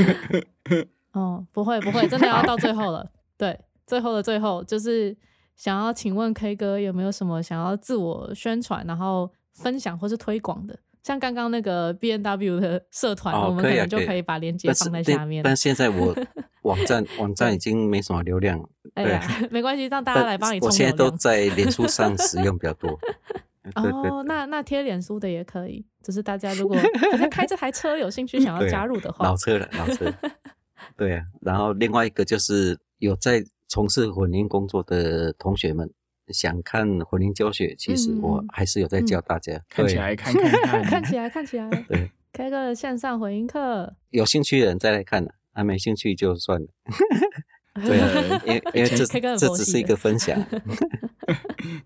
[SPEAKER 4] 哦，不会不会，真的要到最后了。对，最后的最后就是想要请问 K 哥有没有什么想要自我宣传，然后分享或是推广的？像刚刚那个 B N W 的社团，
[SPEAKER 1] 哦
[SPEAKER 4] 我们
[SPEAKER 1] 可以啊
[SPEAKER 4] 能就
[SPEAKER 1] 可以
[SPEAKER 4] 可以把链接
[SPEAKER 1] 但是
[SPEAKER 4] 放在
[SPEAKER 1] 对
[SPEAKER 4] 下面。
[SPEAKER 1] 但现在
[SPEAKER 4] [laughs]
[SPEAKER 1] 我网站网站已经没什么流量了，
[SPEAKER 4] 哎
[SPEAKER 1] 对
[SPEAKER 4] 呀， [laughs] 没关系，让大家
[SPEAKER 1] 但
[SPEAKER 4] 来帮你充
[SPEAKER 1] 我现在
[SPEAKER 4] 流
[SPEAKER 1] 都
[SPEAKER 4] 量。
[SPEAKER 1] 在脸书上使用比较
[SPEAKER 4] [laughs]
[SPEAKER 1] 多。对对
[SPEAKER 4] 哦，那那贴脸书的也可以，就是大家如
[SPEAKER 1] [laughs]
[SPEAKER 4] 果还在开这台车有兴趣想要
[SPEAKER 1] 对啊
[SPEAKER 4] 加入的话
[SPEAKER 1] 老，车了，老
[SPEAKER 2] [laughs]
[SPEAKER 1] 车。对啊，然后另外一个就是有在从事混音工作的同学们，想看混音教学，其实
[SPEAKER 4] 嗯嗯
[SPEAKER 1] 我
[SPEAKER 4] 嗯
[SPEAKER 1] 还是有在教大家。
[SPEAKER 2] 嗯看起
[SPEAKER 1] 对 [laughs]
[SPEAKER 2] 来，看看
[SPEAKER 4] 看
[SPEAKER 2] 看，
[SPEAKER 4] 起来看起来
[SPEAKER 1] 对
[SPEAKER 4] K 哥的线上回音课，
[SPEAKER 1] 有兴趣的人再来看啊，啊没兴趣就
[SPEAKER 2] [laughs]
[SPEAKER 1] 算了。对啊，因为因为这
[SPEAKER 4] 开个很
[SPEAKER 1] 这
[SPEAKER 4] 佛
[SPEAKER 1] 只
[SPEAKER 4] 系
[SPEAKER 1] 是一
[SPEAKER 4] 的
[SPEAKER 1] 个分享。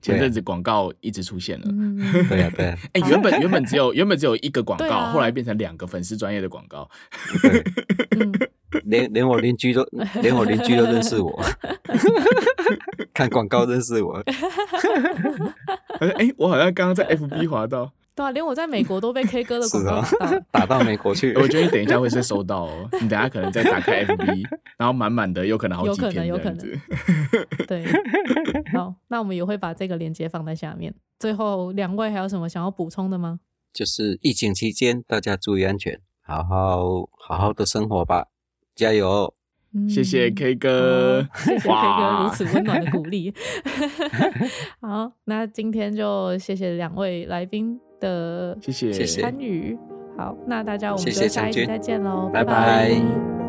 [SPEAKER 2] 前阵子广告一直出现了。
[SPEAKER 4] 嗯，
[SPEAKER 1] 对啊，
[SPEAKER 2] [laughs]
[SPEAKER 1] 对啊。
[SPEAKER 2] 哎、
[SPEAKER 4] [laughs]
[SPEAKER 2] 原本原本只有原本只有一个广告，
[SPEAKER 4] 对啊
[SPEAKER 2] 后来变成两个粉丝专业的广告。
[SPEAKER 1] 对
[SPEAKER 2] [laughs]
[SPEAKER 4] 嗯
[SPEAKER 1] 连连我邻居都连我邻居都认识
[SPEAKER 2] [laughs]
[SPEAKER 1] 我，看广告认识我。
[SPEAKER 2] 哎、诶我好像刚刚在 FB 滑到，
[SPEAKER 4] 对啊，连我在美国都被 K 歌的广告
[SPEAKER 2] 啊
[SPEAKER 1] 是
[SPEAKER 4] 打到。
[SPEAKER 1] 打到美国去，
[SPEAKER 2] [laughs] 我觉得你等一下会是收到哦，你等一下可能再
[SPEAKER 4] [laughs]
[SPEAKER 2] 打开 FB，然后满满的有可能好几篇
[SPEAKER 4] 有
[SPEAKER 2] 这
[SPEAKER 4] 可能
[SPEAKER 2] 样子。 [laughs]
[SPEAKER 4] 对，好，那我们也会把这个链接放在下面。最后，两位还有什么想要补充的吗？
[SPEAKER 1] 就是疫情期间，大家注意安全，好好好好的生活吧，加油！
[SPEAKER 4] 嗯
[SPEAKER 2] 谢谢 K 哥
[SPEAKER 4] 好，哦 [laughs] 嗯谢谢 K 哥如
[SPEAKER 2] 哇
[SPEAKER 4] 此温暖的鼓励。好，那今天就谢谢两位来宾的
[SPEAKER 2] 谢谢
[SPEAKER 1] 谢谢
[SPEAKER 4] 参与。好，那大家我们
[SPEAKER 1] 谢
[SPEAKER 4] 就
[SPEAKER 1] 谢
[SPEAKER 4] 下
[SPEAKER 1] 陈
[SPEAKER 4] 一集
[SPEAKER 1] 君
[SPEAKER 4] 再见喽，
[SPEAKER 1] 拜
[SPEAKER 4] 拜
[SPEAKER 1] 拜